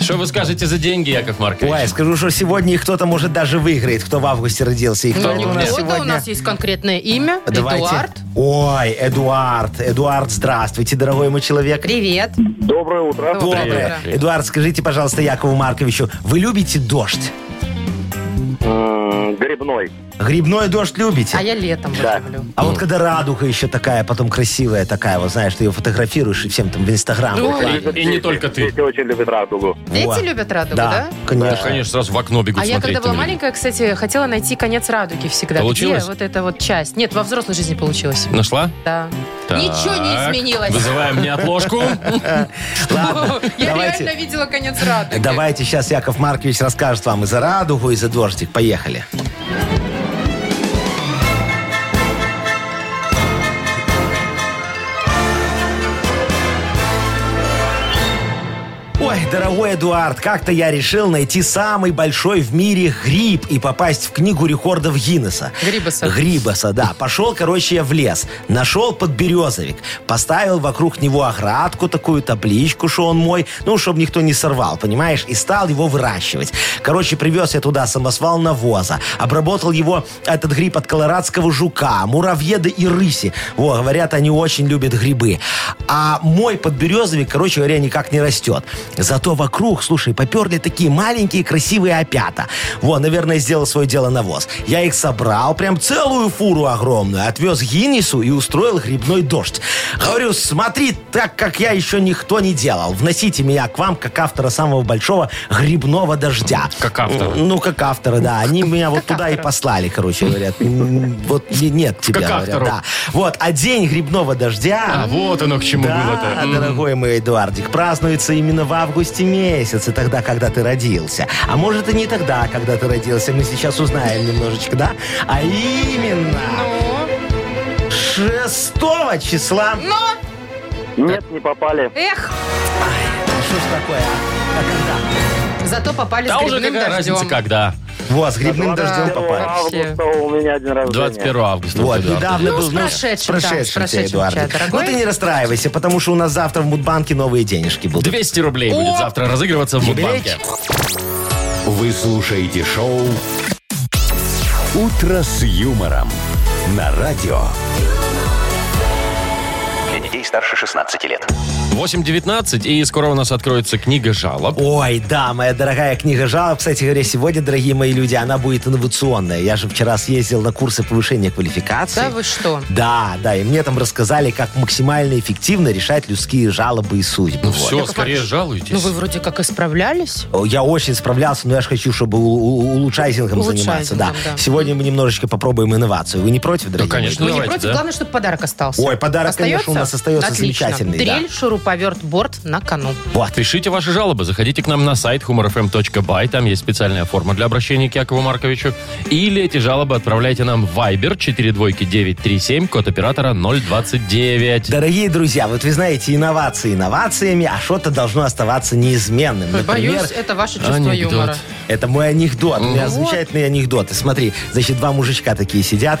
Speaker 2: Что вы скажете за деньги, Яков Маркович?
Speaker 4: Ой, скажу, что сегодня их кто-то, может, даже выиграет, кто в августе родился. И кто
Speaker 3: Ну,
Speaker 4: у
Speaker 3: года
Speaker 4: нас сегодня...
Speaker 3: у нас есть конкретное имя.
Speaker 4: Давайте.
Speaker 3: Эдуард.
Speaker 4: Ой, Эдуард. Эдуард, здравствуйте, дорогой мой человек.
Speaker 3: Привет.
Speaker 7: Доброе утро.
Speaker 3: Доброе.
Speaker 4: Доброе. Эдуард, скажите, пожалуйста, Якову Марковичу, вы любите дождь?
Speaker 7: М, Грибной.
Speaker 4: Грибной дождь любите?
Speaker 3: А я летом вот
Speaker 7: Да.
Speaker 3: люблю.
Speaker 4: А вот когда радуга еще такая, потом красивая такая, вот знаешь, ты ее фотографируешь и всем там в Инстаграм.
Speaker 3: Ну,
Speaker 4: выкладываешь.
Speaker 2: И, и не только ты.
Speaker 7: Дети очень любят радугу.
Speaker 4: Во.
Speaker 3: Дети любят радугу, да?
Speaker 4: конечно.
Speaker 2: Ну, Конечно, сразу в окно бегут
Speaker 3: А я
Speaker 2: смотреть.
Speaker 3: когда
Speaker 2: на
Speaker 3: была
Speaker 2: меня.
Speaker 3: маленькая, кстати, хотела найти конец радуги всегда.
Speaker 2: Получилось?
Speaker 3: Где вот эта вот часть? Нет, во взрослой жизни получилось.
Speaker 2: Нашла?
Speaker 3: Да.
Speaker 2: Так.
Speaker 3: Ничего не изменилось.
Speaker 2: Вызываем неотложку.
Speaker 4: Ладно,
Speaker 3: Я
Speaker 4: давайте.
Speaker 3: реально видела конец радуги.
Speaker 4: Давайте сейчас Яков Маркович расскажет вам и за радугу, и за дождик. Поехали. Ой, дорогой Эдуард, как-то я решил найти самый большой в мире гриб и попасть в книгу рекордов Гиннесса.
Speaker 3: Грибаса.
Speaker 4: Грибаса, да. Пошел, короче, я в лес. Нашел подберезовик. Поставил вокруг него оградку, такую табличку, что он мой. Ну, чтобы никто не сорвал, понимаешь? И стал его выращивать. Короче, привез я туда самосвал навоза. Обработал его, этот гриб от колорадского жука, муравьеда и рыси. Во, говорят, они очень любят грибы. А мой подберезовик, короче говоря, никак не растет. Зато вокруг, слушай, поперли такие маленькие красивые опята. Во, наверное, сделал свое дело навоз. Я их собрал, прям целую фуру огромную, отвез Гиннису и устроил грибной дождь. Говорю, смотри, так как я еще никто не делал, вносите меня к вам как автора самого большого грибного дождя.
Speaker 2: Как автора?
Speaker 4: Ну, как автора, да. Они меня вот туда и послали, короче, говорят. М, Вот не- нет тебя,
Speaker 2: Как
Speaker 4: говорят,
Speaker 2: автору.
Speaker 4: да. Вот, а день грибного дождя...
Speaker 2: А вот оно к чему было-то.
Speaker 4: Да,
Speaker 2: М.
Speaker 4: дорогой мой Эдуардик, празднуется именно в августе месяце, тогда, когда ты родился. А может и не тогда, когда ты родился, мы сейчас узнаем немножечко, да? А именно
Speaker 3: Ну,
Speaker 4: 6 числа.
Speaker 3: ну,
Speaker 7: Нет, не попали.
Speaker 3: эх.
Speaker 4: Ай, ну что ж такое, а? А когда?
Speaker 3: Зато попали
Speaker 2: Да
Speaker 3: с
Speaker 2: уже
Speaker 3: грибным
Speaker 2: какая
Speaker 3: дождем.
Speaker 2: разница, когда.
Speaker 4: Вот, с грибным дождем попали.
Speaker 7: августа у меня день рождения.
Speaker 2: 21 августа.
Speaker 4: Вот,
Speaker 2: Эдуард.
Speaker 4: недавно
Speaker 3: Ну,
Speaker 4: был...
Speaker 3: с прошедшим, да, с
Speaker 4: тебя,
Speaker 3: прошедшим
Speaker 4: Эдуардик.
Speaker 3: тебя, дорогой.
Speaker 4: Ну, ты не расстраивайся, потому что у нас завтра в Мудбанке новые денежки будут.
Speaker 2: 200 рублей будет завтра разыгрываться в
Speaker 4: Тебе
Speaker 2: Мудбанке.
Speaker 1: Вы слушаете шоу Утро с юмором. На радио
Speaker 5: Для детей старше 16 лет.
Speaker 2: 8.19, и скоро у нас откроется книга жалоб.
Speaker 4: Ой, да, моя дорогая книга жалоб. Кстати говоря, сегодня, дорогие мои люди, она будет инновационная. Я же вчера съездил на курсы повышения квалификации.
Speaker 3: Да вы что?
Speaker 4: Да, да, и мне там рассказали, как максимально эффективно решать людские жалобы и судьбы.
Speaker 2: Ну
Speaker 4: Вот.
Speaker 2: все,
Speaker 3: Яков
Speaker 2: скорее
Speaker 3: Маркович,
Speaker 2: жалуйтесь.
Speaker 3: Ну вы вроде как исправлялись.
Speaker 4: Я очень справлялся, но я же хочу, чтобы у- у- улучшайзингом заниматься. Да.
Speaker 3: Улучшайзингом, да.
Speaker 4: Сегодня мы немножечко попробуем инновацию. Вы не против, дорогие? мои
Speaker 2: конечно.
Speaker 4: люди?
Speaker 3: Вы Ну, не
Speaker 2: Давайте,
Speaker 3: против?
Speaker 2: да.
Speaker 3: Главное, чтобы подарок остался.
Speaker 4: Ой, подарок, конечно, у нас остается
Speaker 3: Отлично.
Speaker 4: замечательный, да.
Speaker 3: Дрель, шуруп поверт-борт на кону.
Speaker 2: Пишите ваши жалобы, заходите к нам на сайт humorfm.by, там есть специальная форма для обращения к Якову Марковичу. Или эти жалобы отправляйте нам в Viber 42937, код оператора 029.
Speaker 4: Дорогие друзья, вот вы знаете, инновации инновациями, а что-то должно оставаться неизменным. Например,
Speaker 3: Боюсь, это ваше чувство
Speaker 2: анекдот.
Speaker 3: юмора.
Speaker 4: Это мой анекдот. У меня
Speaker 3: Вот.
Speaker 4: замечательные анекдоты. Смотри, значит, два мужичка такие сидят,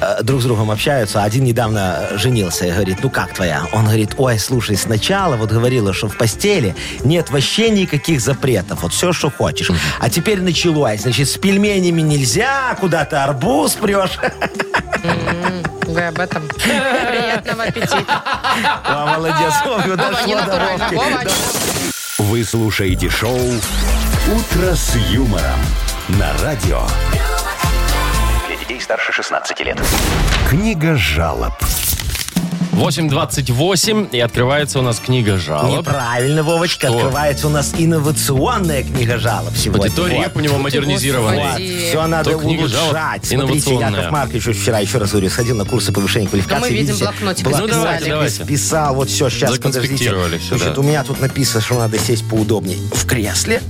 Speaker 4: э, друг с другом общаются. Один недавно э, женился и говорит, ну как твоя? Он говорит, ой, слушай, сначала вот говорила, что в постели нет вообще никаких запретов. Вот все, что хочешь. А теперь началось. Значит, с пельменями нельзя, куда ты арбуз прешь.
Speaker 3: Вы об этом. Приятного аппетита.
Speaker 4: О, молодец. Ой, вот
Speaker 3: Вова, не
Speaker 4: дошло до
Speaker 3: натурально.
Speaker 4: Вовки.
Speaker 3: Вова, Ну,
Speaker 1: Вы слушаете шоу «Утро с юмором» на радио.
Speaker 5: Для детей старше 16 лет.
Speaker 1: Книга жалоб.
Speaker 2: 8.28, и открывается у нас книга жалоб.
Speaker 4: Неправильно, Вовочка,
Speaker 2: Что?
Speaker 4: открывается у нас инновационная книга жалоб сегодня. Вот.
Speaker 2: Аудитория у него модернизированная.
Speaker 4: Вот,
Speaker 3: И-
Speaker 4: все надо
Speaker 2: То книга жалоб
Speaker 4: улучшать. Смотрите,
Speaker 2: инновационная.
Speaker 4: Яков Маркович вот вчера, еще раз говорю, сходил на курсы повышения квалификации.
Speaker 3: Ну, мы видим,
Speaker 4: видите,
Speaker 3: блокнотик
Speaker 4: блокнотик
Speaker 2: Ну, давайте, давайте.
Speaker 4: списал. Вот все, сейчас, подождите.
Speaker 2: Законспектировали всё,
Speaker 4: Значит,
Speaker 2: да.
Speaker 4: у меня тут написано, что надо сесть поудобнее в кресле,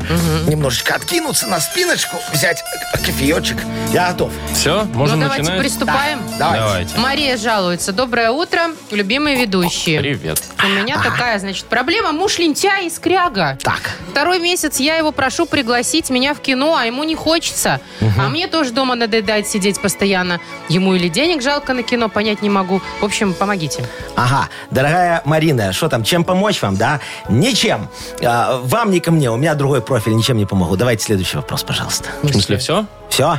Speaker 4: немножечко откинуться на спиночку, взять кофеечек. Я готов.
Speaker 2: Все,
Speaker 3: Ну
Speaker 2: можно
Speaker 3: давайте
Speaker 2: начинать?
Speaker 3: приступаем.
Speaker 4: Давайте.
Speaker 2: Давайте.
Speaker 3: Мария жалуется. Доброе утро, любимые ведущие.
Speaker 2: Привет.
Speaker 3: У меня
Speaker 2: А.
Speaker 3: такая, значит, проблема. Муж лентяй и скряга.
Speaker 4: Так.
Speaker 3: Второй месяц я его прошу пригласить меня в кино, а ему не хочется. А мне тоже дома надоедает сидеть постоянно. Ему или денег жалко на кино, понять не могу. В общем, помогите. Ну,
Speaker 4: Ага, дорогая Марина, что там, чем помочь вам, да? Ничем. А, вам не ко мне, у меня другой профиль, ничем не помогу. Давайте следующий вопрос, пожалуйста.
Speaker 2: В смысле, все?
Speaker 4: Все?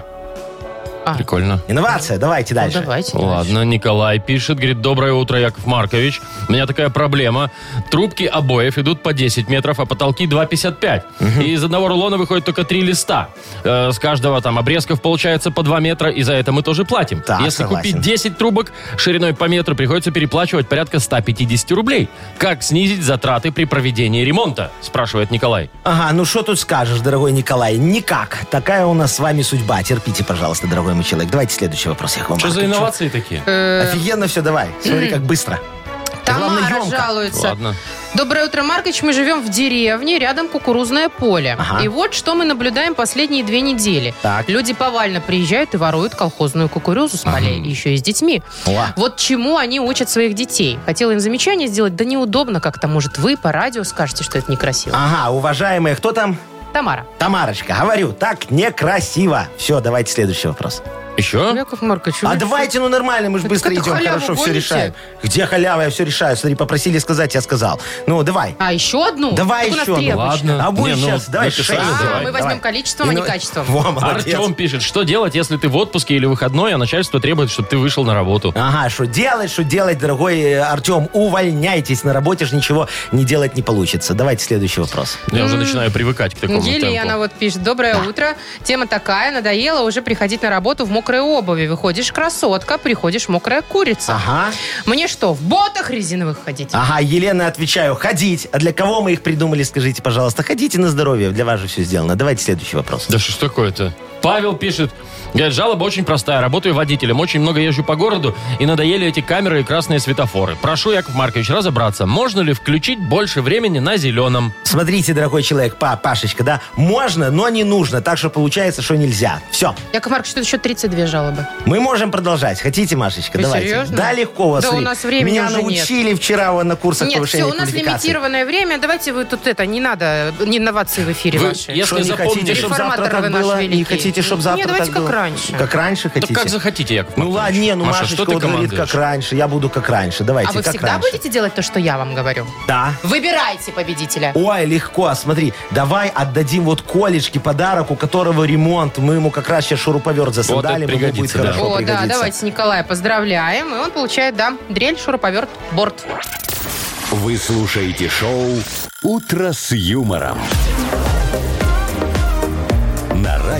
Speaker 3: А,
Speaker 2: Прикольно.
Speaker 4: Инновация, давайте
Speaker 3: ну
Speaker 4: дальше.
Speaker 3: давайте.
Speaker 2: Ладно, Николай пишет, говорит, доброе утро, Яков Маркович. У меня такая проблема. Трубки обоев идут по 10 метров, а потолки 2,55. И из одного рулона выходит только три листа. Э, С каждого там обрезков получается по 2 метра, и за это мы тоже платим.
Speaker 4: Так,
Speaker 2: Если
Speaker 4: согласен.
Speaker 2: купить 10 трубок шириной по метру, приходится переплачивать порядка 150 рублей. Как снизить затраты при проведении ремонта? Спрашивает Николай.
Speaker 4: Ага, ну что тут скажешь, дорогой Николай? Никак. Такая у нас с вами судьба. Терпите, пожалуйста, дорогой мой человек. Давайте следующий вопрос, я вам
Speaker 2: Что за инновации такие?
Speaker 4: Э, Офигенно все, давай. Смотри, как быстро. Главное,
Speaker 3: Э, Тамара
Speaker 4: ёмко.
Speaker 3: жалуется.
Speaker 2: Ладно.
Speaker 3: Доброе утро, Маркович. Мы живем в деревне, рядом кукурузное поле.
Speaker 4: Ага.
Speaker 3: И вот что мы наблюдаем последние две недели.
Speaker 4: Так.
Speaker 3: Люди повально приезжают и воруют колхозную кукурузу с полей, и еще и с детьми.
Speaker 4: О.
Speaker 3: Вот чему они учат своих детей. Хотела им замечание сделать, да неудобно как-то. Может, вы по радио скажете, что это некрасиво.
Speaker 4: Ага, уважаемые, кто там?
Speaker 3: Тамара.
Speaker 4: Тамарочка, говорю, так некрасиво. Все, давайте следующий вопрос.
Speaker 2: Еще?
Speaker 3: Яков Маркович,
Speaker 4: А
Speaker 3: вы
Speaker 4: давайте, ну нормально, мы же
Speaker 3: Так
Speaker 4: быстро
Speaker 3: это
Speaker 4: идем,
Speaker 3: халяву
Speaker 4: хорошо все
Speaker 3: гоните.
Speaker 4: решаем. Где халява, я все решаю. Смотри, попросили сказать, я сказал. Ну, давай.
Speaker 3: что? А, еще одну?
Speaker 4: Давай
Speaker 3: Так у нас
Speaker 4: еще
Speaker 3: три
Speaker 4: одну.
Speaker 3: обычно.
Speaker 2: Ладно.
Speaker 4: А будет
Speaker 2: Не, ну,
Speaker 4: сейчас, давай
Speaker 2: написали,
Speaker 4: шесть.
Speaker 3: А,
Speaker 2: давай,
Speaker 3: мы возьмем количеством, а
Speaker 4: И
Speaker 3: не
Speaker 4: ну-
Speaker 3: качеством.
Speaker 4: Во, молодец.
Speaker 2: Артем пишет, что делать, если ты в отпуске или выходной, а начальство требует, чтобы ты вышел на работу?
Speaker 4: Ага, что делать, что делать, дорогой э, Артем, увольняйтесь, на работе же ничего не делать не получится. Давайте следующий вопрос.
Speaker 2: Я уже начинаю привыкать к такому
Speaker 3: Елена
Speaker 2: темпу.
Speaker 3: вот пишет. Доброе утро. Тема такая. Надоело уже приходить на работу в мокрой обуви. Выходишь красотка, приходишь мокрая курица.
Speaker 4: Ага. А?
Speaker 3: Мне что, в ботах резиновых ходить?
Speaker 4: Ага, Елена, отвечаю, ходить. А для кого мы их придумали, скажите, пожалуйста. Ходите на здоровье, для вас же все сделано. Давайте следующий вопрос.
Speaker 2: Да что ж такое-то? Павел пишет, говорит, жалоба очень простая, работаю водителем, очень много езжу по городу, и надоели эти камеры и красные светофоры. Прошу, Яков Маркович, разобраться, можно ли включить больше времени на зеленом?
Speaker 4: Смотрите, дорогой человек, па, Пашечка, да, можно, но не нужно. Так что получается, что нельзя. Все,
Speaker 3: Яков Маркович, что еще 32 жалобы.
Speaker 4: мы можем продолжать. Хотите, Машечка?
Speaker 3: Вы
Speaker 4: давайте.
Speaker 3: серьезно?
Speaker 4: Да, легко вас.
Speaker 3: Да
Speaker 4: Рит.
Speaker 3: у нас времени
Speaker 4: Меня
Speaker 3: уже нет.
Speaker 4: научили вчера вон, на курсах
Speaker 3: Нет,
Speaker 4: повышения
Speaker 3: все, у нас
Speaker 4: квалификации.
Speaker 3: лимитированное время. Давайте вы тут это, не надо, не инновации в эфире
Speaker 2: Вы-
Speaker 3: ваши.
Speaker 2: я-
Speaker 4: Что,
Speaker 2: Если
Speaker 4: не хотите,
Speaker 2: запомните,
Speaker 4: чтобы завтра
Speaker 3: Реформатор
Speaker 4: так
Speaker 3: вы наш
Speaker 4: было? Не
Speaker 3: великий.
Speaker 4: хотите, чтобы
Speaker 3: Не,
Speaker 4: завтра так
Speaker 3: давайте как
Speaker 4: было?
Speaker 3: раньше.
Speaker 4: Как раньше
Speaker 2: Да
Speaker 4: хотите?
Speaker 2: как захотите, Яков
Speaker 4: Ну
Speaker 2: Маркович.
Speaker 4: ладно, не, ну
Speaker 2: Маша,
Speaker 4: Машечка
Speaker 2: что ты
Speaker 4: вот говорит, как
Speaker 2: командуешь?
Speaker 4: раньше. Я буду как раньше. Давайте,
Speaker 3: а вы
Speaker 4: как
Speaker 3: всегда
Speaker 4: раньше.
Speaker 3: будете делать то, что я вам говорю?
Speaker 4: Да.
Speaker 3: Выбирайте победителя.
Speaker 4: Ой, легко, смотри, давай отдадим вот Колечке подарок, у которого ремонт, мы ему как раз сейчас шуруповерт засандали, ему будет
Speaker 2: пригодится, да.
Speaker 4: хорошо
Speaker 3: О, да,
Speaker 4: пригодится.
Speaker 3: давайте Николая поздравляем. И он получает, да, дрель, шуруповерт, борт.
Speaker 1: Вы слушаете шоу «Утро с юмором». На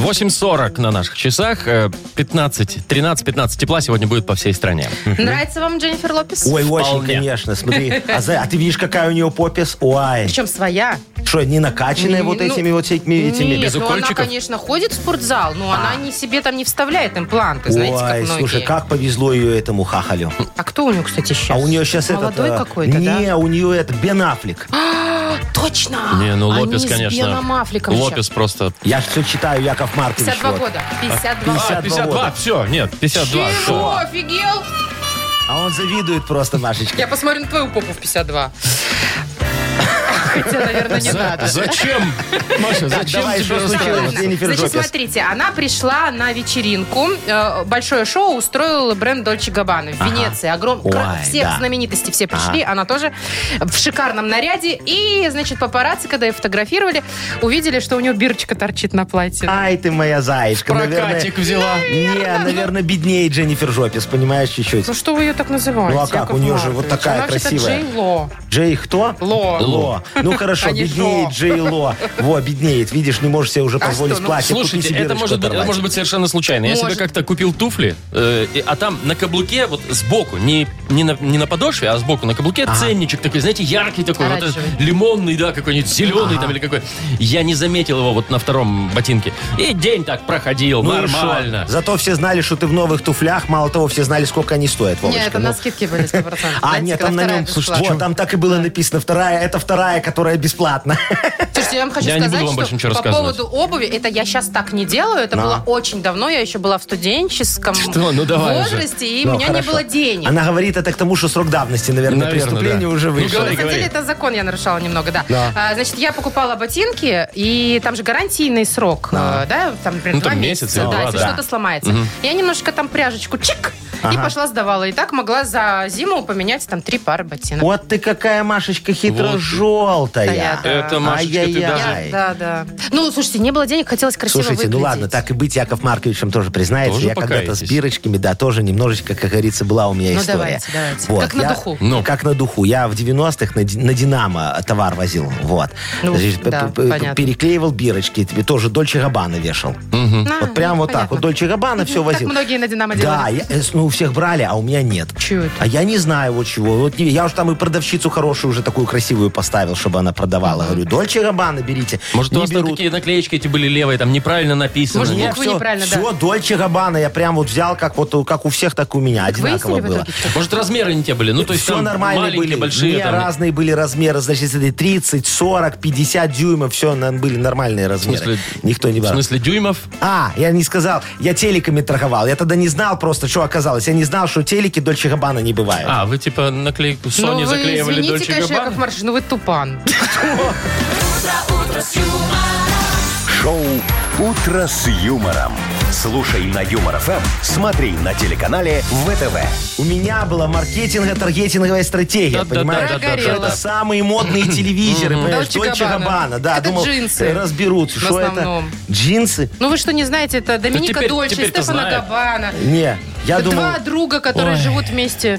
Speaker 2: 8.40 на наших часах. э, 15, 13-15 тепла сегодня будет по всей стране.
Speaker 3: Нравится вам Дженнифер Лопес?
Speaker 4: Ой, очень,
Speaker 2: Вполне.
Speaker 4: конечно, смотри. А, за- а ты видишь, какая у нее попис? Ой,
Speaker 3: Причем своя.
Speaker 4: что, не накачанная
Speaker 3: Не,
Speaker 4: вот
Speaker 3: ну,
Speaker 4: этими вот всякими этими...
Speaker 3: Нет,
Speaker 2: без
Speaker 3: ну она,
Speaker 2: укольчиков?
Speaker 3: конечно, ходит в спортзал, но она не себе там не вставляет импланты, знаете, как
Speaker 4: А. Ой,
Speaker 3: многие.
Speaker 4: слушай, как повезло ее этому хахалю.
Speaker 3: А кто у нее, кстати, сейчас?
Speaker 4: А у нее сейчас этот...
Speaker 3: Молодой
Speaker 4: э,
Speaker 3: какой-то, да?
Speaker 4: Не, у нее это Бен Аффлек.
Speaker 3: Точно!
Speaker 2: Не, ну Лопес,
Speaker 3: Они
Speaker 2: конечно.
Speaker 3: с Беном Аффлеком
Speaker 2: Лопес
Speaker 3: сейчас.
Speaker 2: просто...
Speaker 4: Я же все читаю, Яков Маркович.
Speaker 3: 52
Speaker 4: вот.
Speaker 3: года. 52
Speaker 4: А,
Speaker 2: А,
Speaker 4: 52
Speaker 2: 52,
Speaker 4: года.
Speaker 2: все, нет, 52. всё.
Speaker 3: Чего? Офигел?
Speaker 4: А он завидует просто, Машечка.
Speaker 3: Я посмотрю на твою попу в 52. Хотя, наверное, не
Speaker 2: За-
Speaker 3: надо.
Speaker 2: Зачем? Маша,
Speaker 4: Так,
Speaker 2: зачем
Speaker 4: давай,
Speaker 2: тебе
Speaker 4: что случилось?
Speaker 2: расстраиваться?
Speaker 4: Дженнифер
Speaker 3: Значит,
Speaker 4: Лопес.
Speaker 3: смотрите, она пришла на вечеринку. э, Большое шоу устроил бренд Дольче Габбана в Венеции. Огром...
Speaker 4: Ой,
Speaker 3: кра- Все
Speaker 4: да.
Speaker 3: знаменитости все пришли, она тоже в шикарном наряде. И, значит, папарацци, когда ее фотографировали, увидели, что у нее бирочка торчит на платье.
Speaker 4: Ай ты моя заячка, наверное...
Speaker 2: Прокатик взяла.
Speaker 4: Не, наверное, беднее Дженнифер Жопис, понимаешь, чуть-чуть.
Speaker 3: Ну что вы ее так называете?
Speaker 4: Ну, а как?
Speaker 3: Яков
Speaker 4: У нее же вот
Speaker 3: Маркович?
Speaker 4: такая
Speaker 3: Она вообще-то
Speaker 4: красивая.
Speaker 3: Джей Ло.
Speaker 4: Джей кто?
Speaker 3: Ло.
Speaker 4: Ло. Ну хорошо,
Speaker 3: А не
Speaker 4: беднеет
Speaker 3: Шо.
Speaker 4: Джей Ло. Во, беднеет. Видишь, не можешь себе уже позволить
Speaker 3: что, ну,
Speaker 4: платье. купи
Speaker 2: Слушайте,
Speaker 4: себе
Speaker 2: это
Speaker 4: ручку
Speaker 2: может, быть, это
Speaker 4: оторвать.
Speaker 2: может быть совершенно случайно. Я
Speaker 3: Может.
Speaker 2: себе как-то купил туфли, э, и- а там на каблуке, вот сбоку, не, не, на, не на подошве, а сбоку на каблуке ценничек такой, знаете, яркий такой, вот, э,
Speaker 3: Оранжевый.
Speaker 2: лимонный, да, какой-нибудь зеленый там или какой. Я не заметил его вот на втором ботинке. И день так проходил,
Speaker 4: Ну и
Speaker 2: нормально.
Speaker 4: шо? Зато все знали, что ты в новых туфлях. Мало того, все знали, сколько они стоят, Вовочка.
Speaker 3: Нет, это
Speaker 4: Ну,
Speaker 3: на скидке были 100%.
Speaker 4: А,
Speaker 3: Знаете,
Speaker 4: нет,
Speaker 3: когда
Speaker 4: там на
Speaker 3: вторая
Speaker 4: нем,
Speaker 3: пришла.
Speaker 4: слушайте, вот, там так и было написано, вторая, это вторая, которая бесплатно.
Speaker 3: Слушайте, я вам хочу
Speaker 2: Я не буду
Speaker 3: сказать,
Speaker 2: вам больше
Speaker 3: что
Speaker 2: ничего
Speaker 3: по
Speaker 2: рассказывать.
Speaker 3: поводу обуви, это я сейчас так не делаю, это
Speaker 4: Да.
Speaker 3: было очень давно, я еще была в студенческом
Speaker 2: Что? Ну, давай уже.
Speaker 3: возрасте, и
Speaker 4: Ну,
Speaker 3: у меня не
Speaker 4: хорошо.
Speaker 3: было денег.
Speaker 4: Она говорит это к тому, что срок давности, наверное,
Speaker 2: Наверное,
Speaker 4: преступление
Speaker 2: да.
Speaker 4: уже
Speaker 2: Ну,
Speaker 4: вышло.
Speaker 2: говори,
Speaker 3: На самом
Speaker 2: говори.
Speaker 3: деле, это закон я нарушала немного, да.
Speaker 4: Да.
Speaker 3: А, значит, я покупала ботинки, и там же гарантийный срок, э, да, там, например,
Speaker 2: Ну,
Speaker 3: два
Speaker 2: там месяц
Speaker 3: месяца,
Speaker 2: или
Speaker 3: да,
Speaker 2: два,
Speaker 3: если
Speaker 2: да.
Speaker 3: что-то сломается. Я немножко там пряжечку чик, и пошла сдавала. И так могла за зиму поменять там три пары ботинок.
Speaker 4: Вот ты какая, Машечка,
Speaker 3: Да,
Speaker 4: хитро-желтая.
Speaker 3: да.
Speaker 2: Это, Машечка, ты
Speaker 4: Ай-яй-яй.
Speaker 2: даже...
Speaker 3: Я- да, да. Ну, слушайте, не было денег, хотелось красиво
Speaker 4: Слушайте, ну
Speaker 3: выглядеть.
Speaker 4: ладно, так и быть, Яков Маркович вам тоже признается.
Speaker 2: Тоже
Speaker 4: я когда-то с
Speaker 2: покаетесь.
Speaker 4: бирочками, да, тоже немножечко, как говорится, была у меня
Speaker 3: Ну,
Speaker 4: история.
Speaker 3: давайте, давайте. Как на
Speaker 4: я-
Speaker 3: духу.
Speaker 2: Ну.
Speaker 4: Как на духу. Я в 90-х на, Ди- на Динамо товар возил, вот.
Speaker 3: Ну,
Speaker 4: Значит, п-
Speaker 3: да,
Speaker 4: п- п-
Speaker 3: понятно.
Speaker 4: Переклеивал бирочки, тебе тоже Дольче Габбана вешал.
Speaker 3: На,
Speaker 4: Вот прям вот так,
Speaker 3: понятно.
Speaker 4: вот Дольче Габбана
Speaker 3: Так
Speaker 4: все возил.
Speaker 3: многие на «Динамо»
Speaker 4: Да,
Speaker 3: делали.
Speaker 4: я- э, с- ну, у всех брали, а у меня нет.
Speaker 3: Чего это?
Speaker 4: А я не знаю вот чего. Вот не- я уже там и продавщицу хорошую уже такую красивую поставил, чтобы она продавала. Говорю, Дольче Габбана берите.
Speaker 2: Может, у
Speaker 4: Не
Speaker 2: вас там
Speaker 4: берут.
Speaker 2: такие наклеечки эти были левые, там неправильно написано.
Speaker 3: Может,
Speaker 2: Нет.
Speaker 3: буквы неправильно, да.
Speaker 4: все, Дольче Габбана я прям вот взял, как вот у- как у всех, так и у меня одинаково
Speaker 3: Выяснили в
Speaker 4: было.
Speaker 3: итоге, что?
Speaker 2: Может, размеры не те были? Ну, то есть
Speaker 4: все
Speaker 2: там
Speaker 4: нормально
Speaker 2: маленькие,
Speaker 4: были,
Speaker 2: большие.
Speaker 4: не
Speaker 2: там...
Speaker 4: разные были размеры, значит, это 30, 40, 50 дюймов, все были нормальные размеры.
Speaker 2: смысле-
Speaker 4: Никто не
Speaker 2: В
Speaker 4: брал.
Speaker 2: смысле дюймов?
Speaker 4: А, я не сказал, я телеками торговал, я тогда не знал просто, что оказалось, я не знал, что телеки Дольче Габбана не бывают.
Speaker 2: А, вы типа наклейку Sony
Speaker 3: ну, вы
Speaker 2: заклеивали
Speaker 3: извините,
Speaker 2: Дольче
Speaker 3: конечно, Яков
Speaker 2: Габбана?
Speaker 3: Маркович, ну вы тупан.
Speaker 1: Шоу «Утро с юмором». Слушай на Юмор ФМ, смотри на телеканале ВТВ.
Speaker 4: У меня была маркетинго-таргетинговая стратегия,
Speaker 2: Да-да-да-да-да-да.
Speaker 4: понимаешь?
Speaker 3: Прогорело.
Speaker 4: Это самые модные телевизоры, понимаешь?
Speaker 3: Дольче
Speaker 4: Дольче
Speaker 3: Габбана.
Speaker 4: Габбана. Да,
Speaker 3: Это
Speaker 4: думал,
Speaker 3: джинсы.
Speaker 4: э, разберутся,
Speaker 3: В
Speaker 4: что это?
Speaker 3: основном.
Speaker 4: Джинсы?
Speaker 3: Ну вы что, не знаете, это Доминика
Speaker 2: теперь-
Speaker 3: Дольче,
Speaker 2: теперь-то
Speaker 3: Стефана
Speaker 2: знаю.
Speaker 3: Габана.
Speaker 4: Не, я думал...
Speaker 3: Два друга, которые
Speaker 2: Ой.
Speaker 3: живут вместе.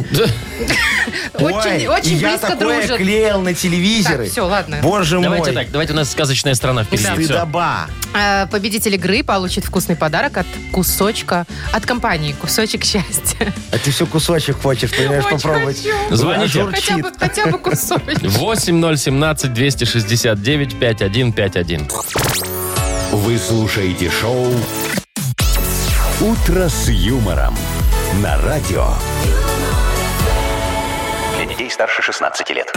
Speaker 4: Ой,
Speaker 3: Очень, очень
Speaker 4: я
Speaker 3: близко
Speaker 4: такое
Speaker 3: дружат.
Speaker 4: клеил на телевизоры.
Speaker 3: Так, всё, ладно.
Speaker 4: Боже
Speaker 2: Давайте
Speaker 4: мой.
Speaker 2: так, давайте у нас сказочная страна впереди.
Speaker 3: Да.
Speaker 2: Всё.
Speaker 4: Стыдоба.
Speaker 3: А, Победитель игры получит вкусный подарок от кусочка, от компании «Кусочек счастья».
Speaker 4: А ты все кусочек хочешь, понимаешь,
Speaker 3: Очень
Speaker 4: попробовать.
Speaker 3: хочу.
Speaker 2: Звоните.
Speaker 4: Ажур
Speaker 3: Хотя
Speaker 4: чит.
Speaker 3: бы, хотя бы кусочек.
Speaker 2: 8017 269 5151.
Speaker 1: Вы слушаете шоу «Утро с юмором» на радио.
Speaker 5: Для детей старше 16 лет.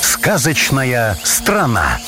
Speaker 1: Сказочная страна.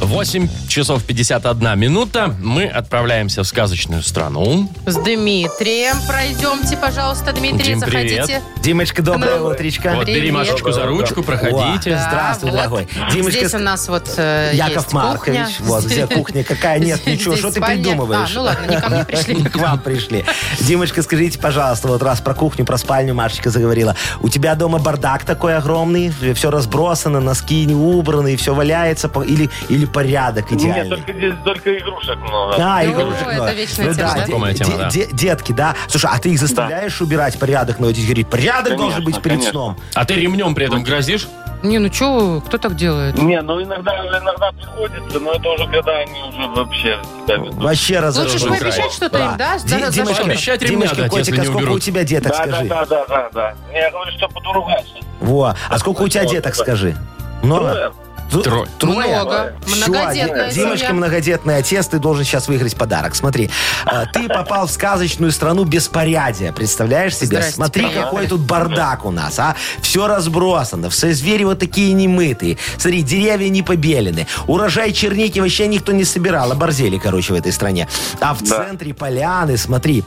Speaker 2: 8 часов 51 минута. Мы отправляемся в сказочную страну.
Speaker 3: С Дмитрием пройдемте, пожалуйста, Дмитрий,
Speaker 2: Дим, привет.
Speaker 3: заходите.
Speaker 4: Димочка, доброе утречко.
Speaker 2: Вот бери
Speaker 3: Привет.
Speaker 2: Машечку за ручку, проходите.
Speaker 4: Уа. Здравствуй,
Speaker 3: А, вот.
Speaker 4: дорогой. Димочка,
Speaker 3: Здесь у нас вот э,
Speaker 4: Яков
Speaker 3: есть
Speaker 4: Маркович,
Speaker 3: кухня.
Speaker 4: вот где кухня, какая нет,
Speaker 3: Здесь
Speaker 4: ничего, что ты
Speaker 3: спальня.
Speaker 4: придумываешь?
Speaker 3: А, ну ладно, не ко мне пришли.
Speaker 4: К вам пришли. Димочка, скажите, пожалуйста, вот раз про кухню, про спальню Машечка заговорила. У тебя дома бардак такой огромный, все разбросано, носки не убраны, все валяется, по- или, или порядок идеальный?
Speaker 7: здесь только игрушек много.
Speaker 4: А,
Speaker 3: Ну,
Speaker 4: игрушек
Speaker 3: это
Speaker 4: много.
Speaker 3: вечная тема, да?
Speaker 4: де-
Speaker 2: Знакомая тема,
Speaker 4: де-
Speaker 2: да.
Speaker 4: де- Детки, да. Слушай, а ты их заставляешь убирать порядок наводить? Говорит, порядок
Speaker 7: Конечно,
Speaker 4: должен быть перед
Speaker 7: конечно.
Speaker 4: сном.
Speaker 2: А ты ремнем при этом грозишь?
Speaker 3: Не, ну что, кто так делает?
Speaker 7: Не, ну иногда, иногда приходится, но это уже когда они уже вообще себя ведут.
Speaker 4: Вообще разорвут.
Speaker 3: Ну, Лучше ж пообещать что-то им, да? за- за
Speaker 4: Димочка,
Speaker 3: что-то.
Speaker 2: Пообещать ремня
Speaker 4: Димочка,
Speaker 2: дать, если
Speaker 4: котик, а
Speaker 2: не
Speaker 4: сколько
Speaker 2: уберут.
Speaker 4: у тебя деток,
Speaker 7: Да, да,
Speaker 4: скажи?
Speaker 7: да, да, да, да. Не, я говорю, что буду ругаться.
Speaker 4: Во, а сколько у тебя
Speaker 7: Вот.
Speaker 4: деток, скажи? Много?
Speaker 2: Ну
Speaker 7: Трое.
Speaker 4: Ду-
Speaker 2: Трое.
Speaker 3: Много.
Speaker 4: Всё,
Speaker 3: Многодетная
Speaker 4: Ди- Димочка,
Speaker 3: семья.
Speaker 4: многодетный отец, ты должен сейчас выиграть подарок. Смотри, а, ты попал в сказочную страну беспорядия. Представляешь себе?
Speaker 3: Здрасте.
Speaker 4: Смотри, какой тут бардак у нас, а? Все разбросано. Все звери вот такие немытые. Смотри, деревья не побелены. Урожай черники вообще никто не собирал. Оборзели, короче, в этой стране. А в центре поляны, смотри,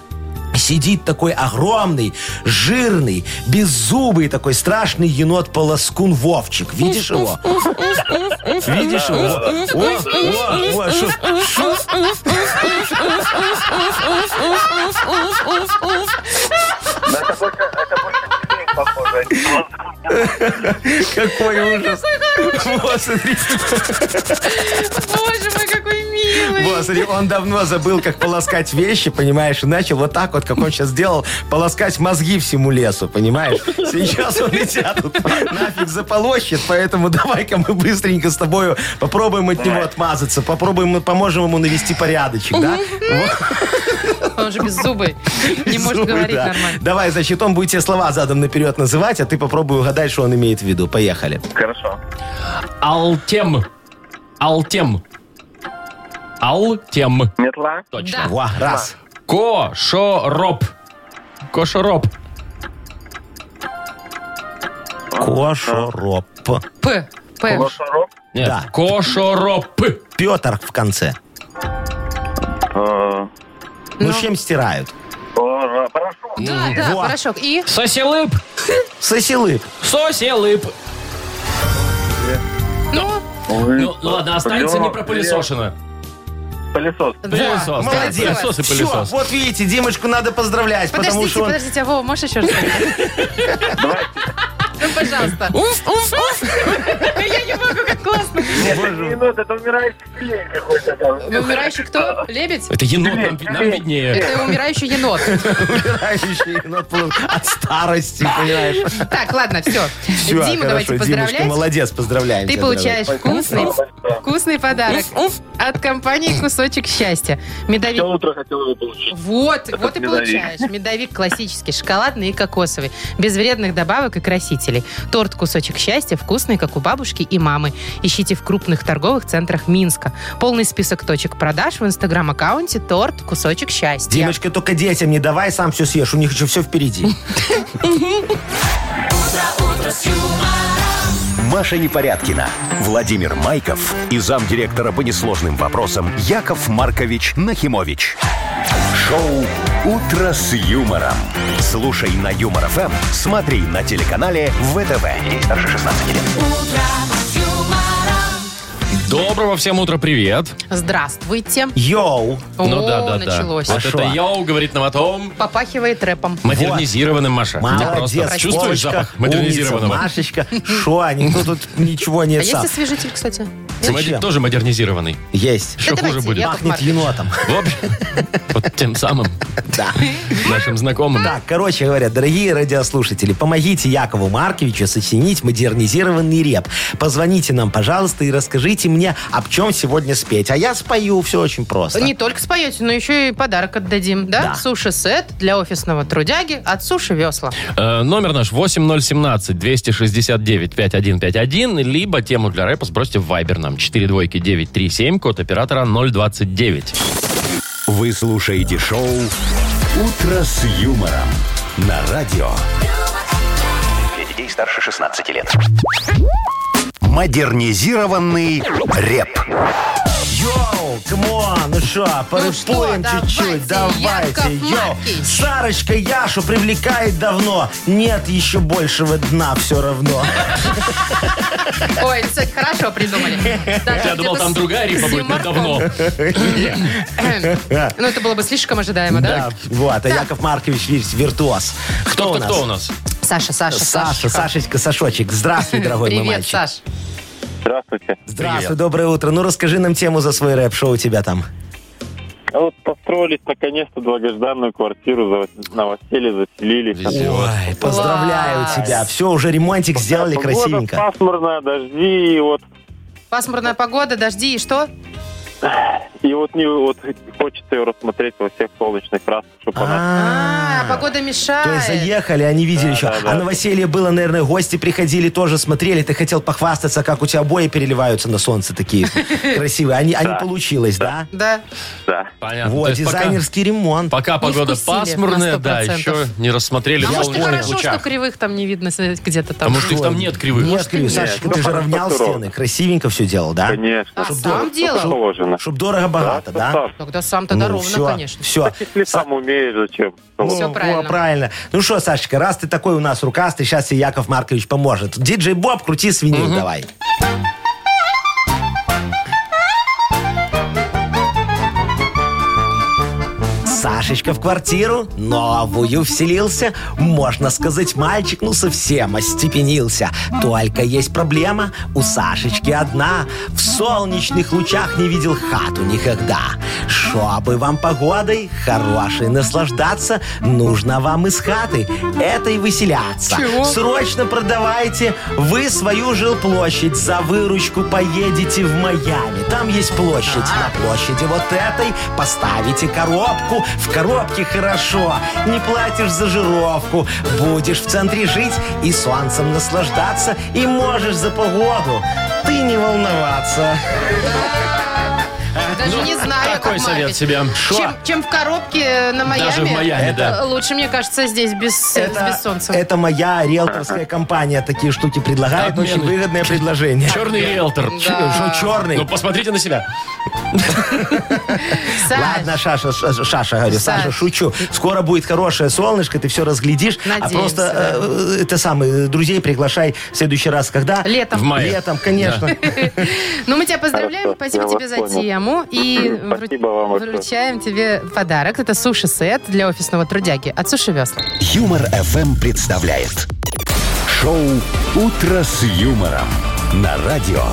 Speaker 4: Сидит такой огромный, жирный, беззубый такой страшный енот-полоскун Вовчик. Видишь его? Видишь его? Во, во, во, шо- шо-
Speaker 7: Да, это больше, это больше детей похоже.
Speaker 4: Какой ужас. Вот, смотри,
Speaker 3: Боже мой, какой милый.
Speaker 4: вот, смотри, он давно забыл, как полоскать вещи, понимаешь, и начал вот так вот, как он сейчас сделал, полоскать мозги всему лесу, понимаешь? Сейчас он и тебя тут нафиг заполощет, поэтому давай-ка мы быстренько с тобою попробуем от него отмазаться, попробуем, мы поможем ему навести порядочек, да?
Speaker 3: Он же беззубый. Не может
Speaker 4: Зубы,
Speaker 3: говорить
Speaker 4: да.
Speaker 3: нормально.
Speaker 4: Давай, значит, он будет тебе слова задом наперед называть, а ты попробуй угадать, что он имеет в виду. Поехали.
Speaker 7: Хорошо.
Speaker 2: Алтем. Алтем. Алтем.
Speaker 7: Метла,
Speaker 2: Точно.
Speaker 3: Да.
Speaker 4: Во, раз.
Speaker 2: Кошороп. Кошороп.
Speaker 4: Кошороп.
Speaker 3: П. П.
Speaker 7: лошарок,
Speaker 2: Нет,
Speaker 4: Да.
Speaker 2: кошороп.
Speaker 4: Петр в конце.
Speaker 7: э,
Speaker 4: Ну,
Speaker 3: Ну.
Speaker 4: чем стирают?
Speaker 7: э, порошок,
Speaker 3: Да, да,
Speaker 4: Во.
Speaker 3: порошок. И
Speaker 2: Соселып.
Speaker 4: Сосилы.
Speaker 2: Соселып.
Speaker 3: ну,
Speaker 2: Ну, ну ладно, останется не про пылесошина.
Speaker 7: пылесос.
Speaker 2: Пылесос. да,
Speaker 4: молодец.
Speaker 2: Пылесос и
Speaker 4: Все,
Speaker 2: пылесос.
Speaker 4: вот видите, Димочку надо поздравлять, потому
Speaker 3: подождите,
Speaker 4: что он...
Speaker 3: подождите, а Вова, можешь еще раз? Ну, пожалуйста. Я не могу, как классно.
Speaker 7: Нет, это не нот, это умирающий филе какой-то там.
Speaker 3: Умирающий кто? Лебедь?
Speaker 2: Это енот нам, нам виднее.
Speaker 4: Э.
Speaker 3: Это умирающий енот.
Speaker 4: умирающий енот был ну, от старости, понимаешь?
Speaker 3: Так, ладно, все.
Speaker 4: Все,
Speaker 3: Диму давайте
Speaker 4: хорошо, Димочка,
Speaker 3: поздравлять.
Speaker 4: молодец, поздравляем
Speaker 3: Ты
Speaker 4: тебя,
Speaker 3: получаешь вкусный, вкусный подарок от компании «Кусочек счастья». Медовик
Speaker 7: Все утро хотел его получить.
Speaker 3: Вот, вот и
Speaker 7: медовик.
Speaker 3: получаешь. Медовик классический, шоколадный и кокосовый. Без вредных добавок и красителей. Торт «Кусочек счастья» вкусный, как у бабушки и мамы. Ищите в крупных торговых центрах Минска. Полный список точек продаж в инстаграм-аккаунте «Торт Кусочек счастья».
Speaker 4: Димочка, только детям не давай, сам все съешь, у них еще все впереди.
Speaker 1: Маша Непорядкина, Владимир Майков и замдиректора по несложным вопросам Яков Маркович Нахимович. Шоу «Утро с юмором». Слушай на Юмор ФМ, смотри на телеканале ВТВ. Ей старше 16 лет.
Speaker 2: Доброго всем утра, привет.
Speaker 3: Здравствуйте.
Speaker 4: Йоу!
Speaker 2: ну
Speaker 3: О,
Speaker 2: да, да,
Speaker 3: началось.
Speaker 2: да. Вот
Speaker 4: А
Speaker 2: это
Speaker 4: шо?
Speaker 2: йоу говорит нам о том,
Speaker 3: Попахивает рэпом.
Speaker 2: модернизированным, Маша. Да
Speaker 4: Молодец,
Speaker 2: просто чувствуешь
Speaker 4: Вовочка,
Speaker 2: запах
Speaker 4: умница,
Speaker 2: модернизированного?
Speaker 4: Машечка. Шо, никто тут ничего
Speaker 3: А
Speaker 4: нет
Speaker 3: есть
Speaker 4: сам.
Speaker 3: освежитель, кстати?
Speaker 2: Моди-
Speaker 4: Зачем?
Speaker 2: Тоже модернизированный.
Speaker 4: Есть.
Speaker 2: Еще
Speaker 3: давайте,
Speaker 2: хуже будет.
Speaker 3: я- Яков
Speaker 4: Пахнет
Speaker 3: Маркович.
Speaker 4: енотом.
Speaker 2: В общем, вот тем самым
Speaker 4: Да.
Speaker 2: нашим знакомым.
Speaker 4: Так, короче говоря, дорогие радиослушатели, помогите Якову Марковичу сочинить модернизированный реп. Позвоните нам, пожалуйста, и расскажите мне, об чем сегодня спеть. А я спою, все очень просто.
Speaker 3: Не только споете, но еще и подарок отдадим, да?
Speaker 4: Да.
Speaker 3: Суши-сет для офисного трудяги от Суши-весла.
Speaker 2: Э, Номер наш 8017-269-5151, либо тему для рэпа сбросьте в Viber нам 42937, код оператора 029.
Speaker 1: Вы слушаете шоу «Утро с юмором» на радио.
Speaker 5: Для детей старше 16 лет.
Speaker 1: Модернизированный реп.
Speaker 4: Йоу, камон, ну что, порыпуем
Speaker 3: что,
Speaker 4: чуть-чуть,
Speaker 3: давайте,
Speaker 4: давайте,
Speaker 3: Яков
Speaker 4: йоу.
Speaker 3: Маркович.
Speaker 4: Сарочка Яшу привлекает давно, нет еще большего дна все равно.
Speaker 3: Ой, кстати, хорошо придумали. Даже
Speaker 2: Я думал,
Speaker 3: где-то
Speaker 2: там
Speaker 3: с-
Speaker 2: другая рифа
Speaker 3: с
Speaker 2: будет, но
Speaker 3: юморком.
Speaker 2: давно.
Speaker 3: Ну, это было бы слишком ожидаемо, да?
Speaker 4: Да, вот, а Яков Маркович, видите, виртуоз. Кто у нас?
Speaker 2: Кто у нас?
Speaker 3: Саша, Саша,
Speaker 4: Саша,
Speaker 3: Саша.
Speaker 4: Сашечка, Сашочек, здравствуй, дорогой мой
Speaker 3: Привет,
Speaker 4: мальчик.
Speaker 3: Саш.
Speaker 7: Здравствуйте.
Speaker 4: Здравствуй, доброе утро. Ну, расскажи нам тему за свой рэп, что у тебя там?
Speaker 7: А Вот построились наконец-то долгожданную квартиру, за- новоселье заселились.
Speaker 4: Ой, поздравляю
Speaker 3: Класс.
Speaker 4: тебя. Все, уже ремонтик сделали
Speaker 7: Погода
Speaker 4: красивенько.
Speaker 7: пасмурная, дожди, и вот,
Speaker 3: Пасмурная погода, дожди и что?
Speaker 7: и вот, не, вот хочется ее рассмотреть во всех солнечных красках, чтобы она...
Speaker 3: А, погода
Speaker 4: То есть
Speaker 3: мешает.
Speaker 4: заехали, они видели еще.
Speaker 7: да, да.
Speaker 4: А новоселье было, наверное, гости приходили, тоже смотрели. Ты хотел похвастаться, как у тебя обои переливаются на солнце такие красивые. Они, они получилось, да?
Speaker 3: Да.
Speaker 7: Да.
Speaker 2: Понятно. ну, То
Speaker 4: Вот,
Speaker 2: есть пока-
Speaker 4: дизайнерский ремонт.
Speaker 2: Пока,
Speaker 3: Не
Speaker 2: погода
Speaker 3: вкусили на
Speaker 2: пасмурная, да,
Speaker 3: 100%.
Speaker 2: еще не рассмотрели
Speaker 3: А может и
Speaker 2: солнечных
Speaker 3: хорошо, что
Speaker 2: лучах.
Speaker 3: кривых там не видно с- где-то там.
Speaker 2: Потому что их там нет кривых.
Speaker 4: Нет, кривых.
Speaker 7: ну,
Speaker 4: Сашечка, ты же равнял стены, красивенько все делал, да?
Speaker 7: Конечно.
Speaker 3: А сам делал?
Speaker 7: Положено.
Speaker 4: Чтоб дорого-богато, да? Ну,
Speaker 7: Сам.
Speaker 3: Тогда сам тогда ровно,
Speaker 4: все,
Speaker 3: конечно.
Speaker 4: Все.
Speaker 7: Если сам умеешь, зачем?
Speaker 3: Всё правильно.
Speaker 4: Ну что, Сашечка, раз ты такой у нас рукастый, сейчас тебе Яков Маркович поможет. Диджей Боб, крути свинил давай. Сашечка в квартиру новую вселился. Можно сказать, мальчик ну совсем остепенился. Только есть проблема у Сашечки одна. В солнечных лучах не видел хату никогда. Чтобы вам погодой хорошей наслаждаться, нужно вам из хаты этой выселяться.
Speaker 3: Чего?
Speaker 4: Срочно продавайте вы свою жилплощадь. За выручку поедете в Майами. Там есть площадь. На площади вот этой поставите коробку. В коробке хорошо. Не платишь за жировку. Будешь в центре жить и солнцем наслаждаться. И можешь за погоду ты не волноваться.
Speaker 3: Даже не знаю,
Speaker 2: Такой
Speaker 3: Яков
Speaker 2: Ну, совет
Speaker 3: Маркович.
Speaker 2: себе.
Speaker 3: Чем, чем в коробке на Майами.
Speaker 2: Даже в Майами, да.
Speaker 3: Лучше, мне кажется, здесь без, без солнца.
Speaker 4: это моя риэлторская компания такие штуки предлагает.
Speaker 2: Обмены.
Speaker 4: Очень выгодное предложение.
Speaker 2: Черный риэлтор.
Speaker 4: Что черный?
Speaker 2: Ну, посмотрите на себя.
Speaker 3: Саш,
Speaker 4: Ладно, Саша, Ша- Саша, говорю,
Speaker 3: Саш.
Speaker 4: Саша, шучу. Скоро будет хорошее солнышко, ты все разглядишь.
Speaker 3: Надеемся,
Speaker 4: а просто э, э, это самый, э, друзей приглашай в следующий раз, когда?
Speaker 2: В
Speaker 3: Летом.
Speaker 2: мае.
Speaker 4: Летом, конечно.
Speaker 3: Ну, мы тебя поздравляем.
Speaker 7: Хорошо,
Speaker 3: Спасибо
Speaker 7: я
Speaker 3: тебе
Speaker 7: вас
Speaker 3: за
Speaker 7: понял.
Speaker 3: тему. И вру-
Speaker 7: Спасибо вам большое.
Speaker 3: вручаем тебе подарок. Это суши-сет для офисного трудяги от Суши Весла.
Speaker 1: Юмор FM представляет шоу Утро с юмором на радио.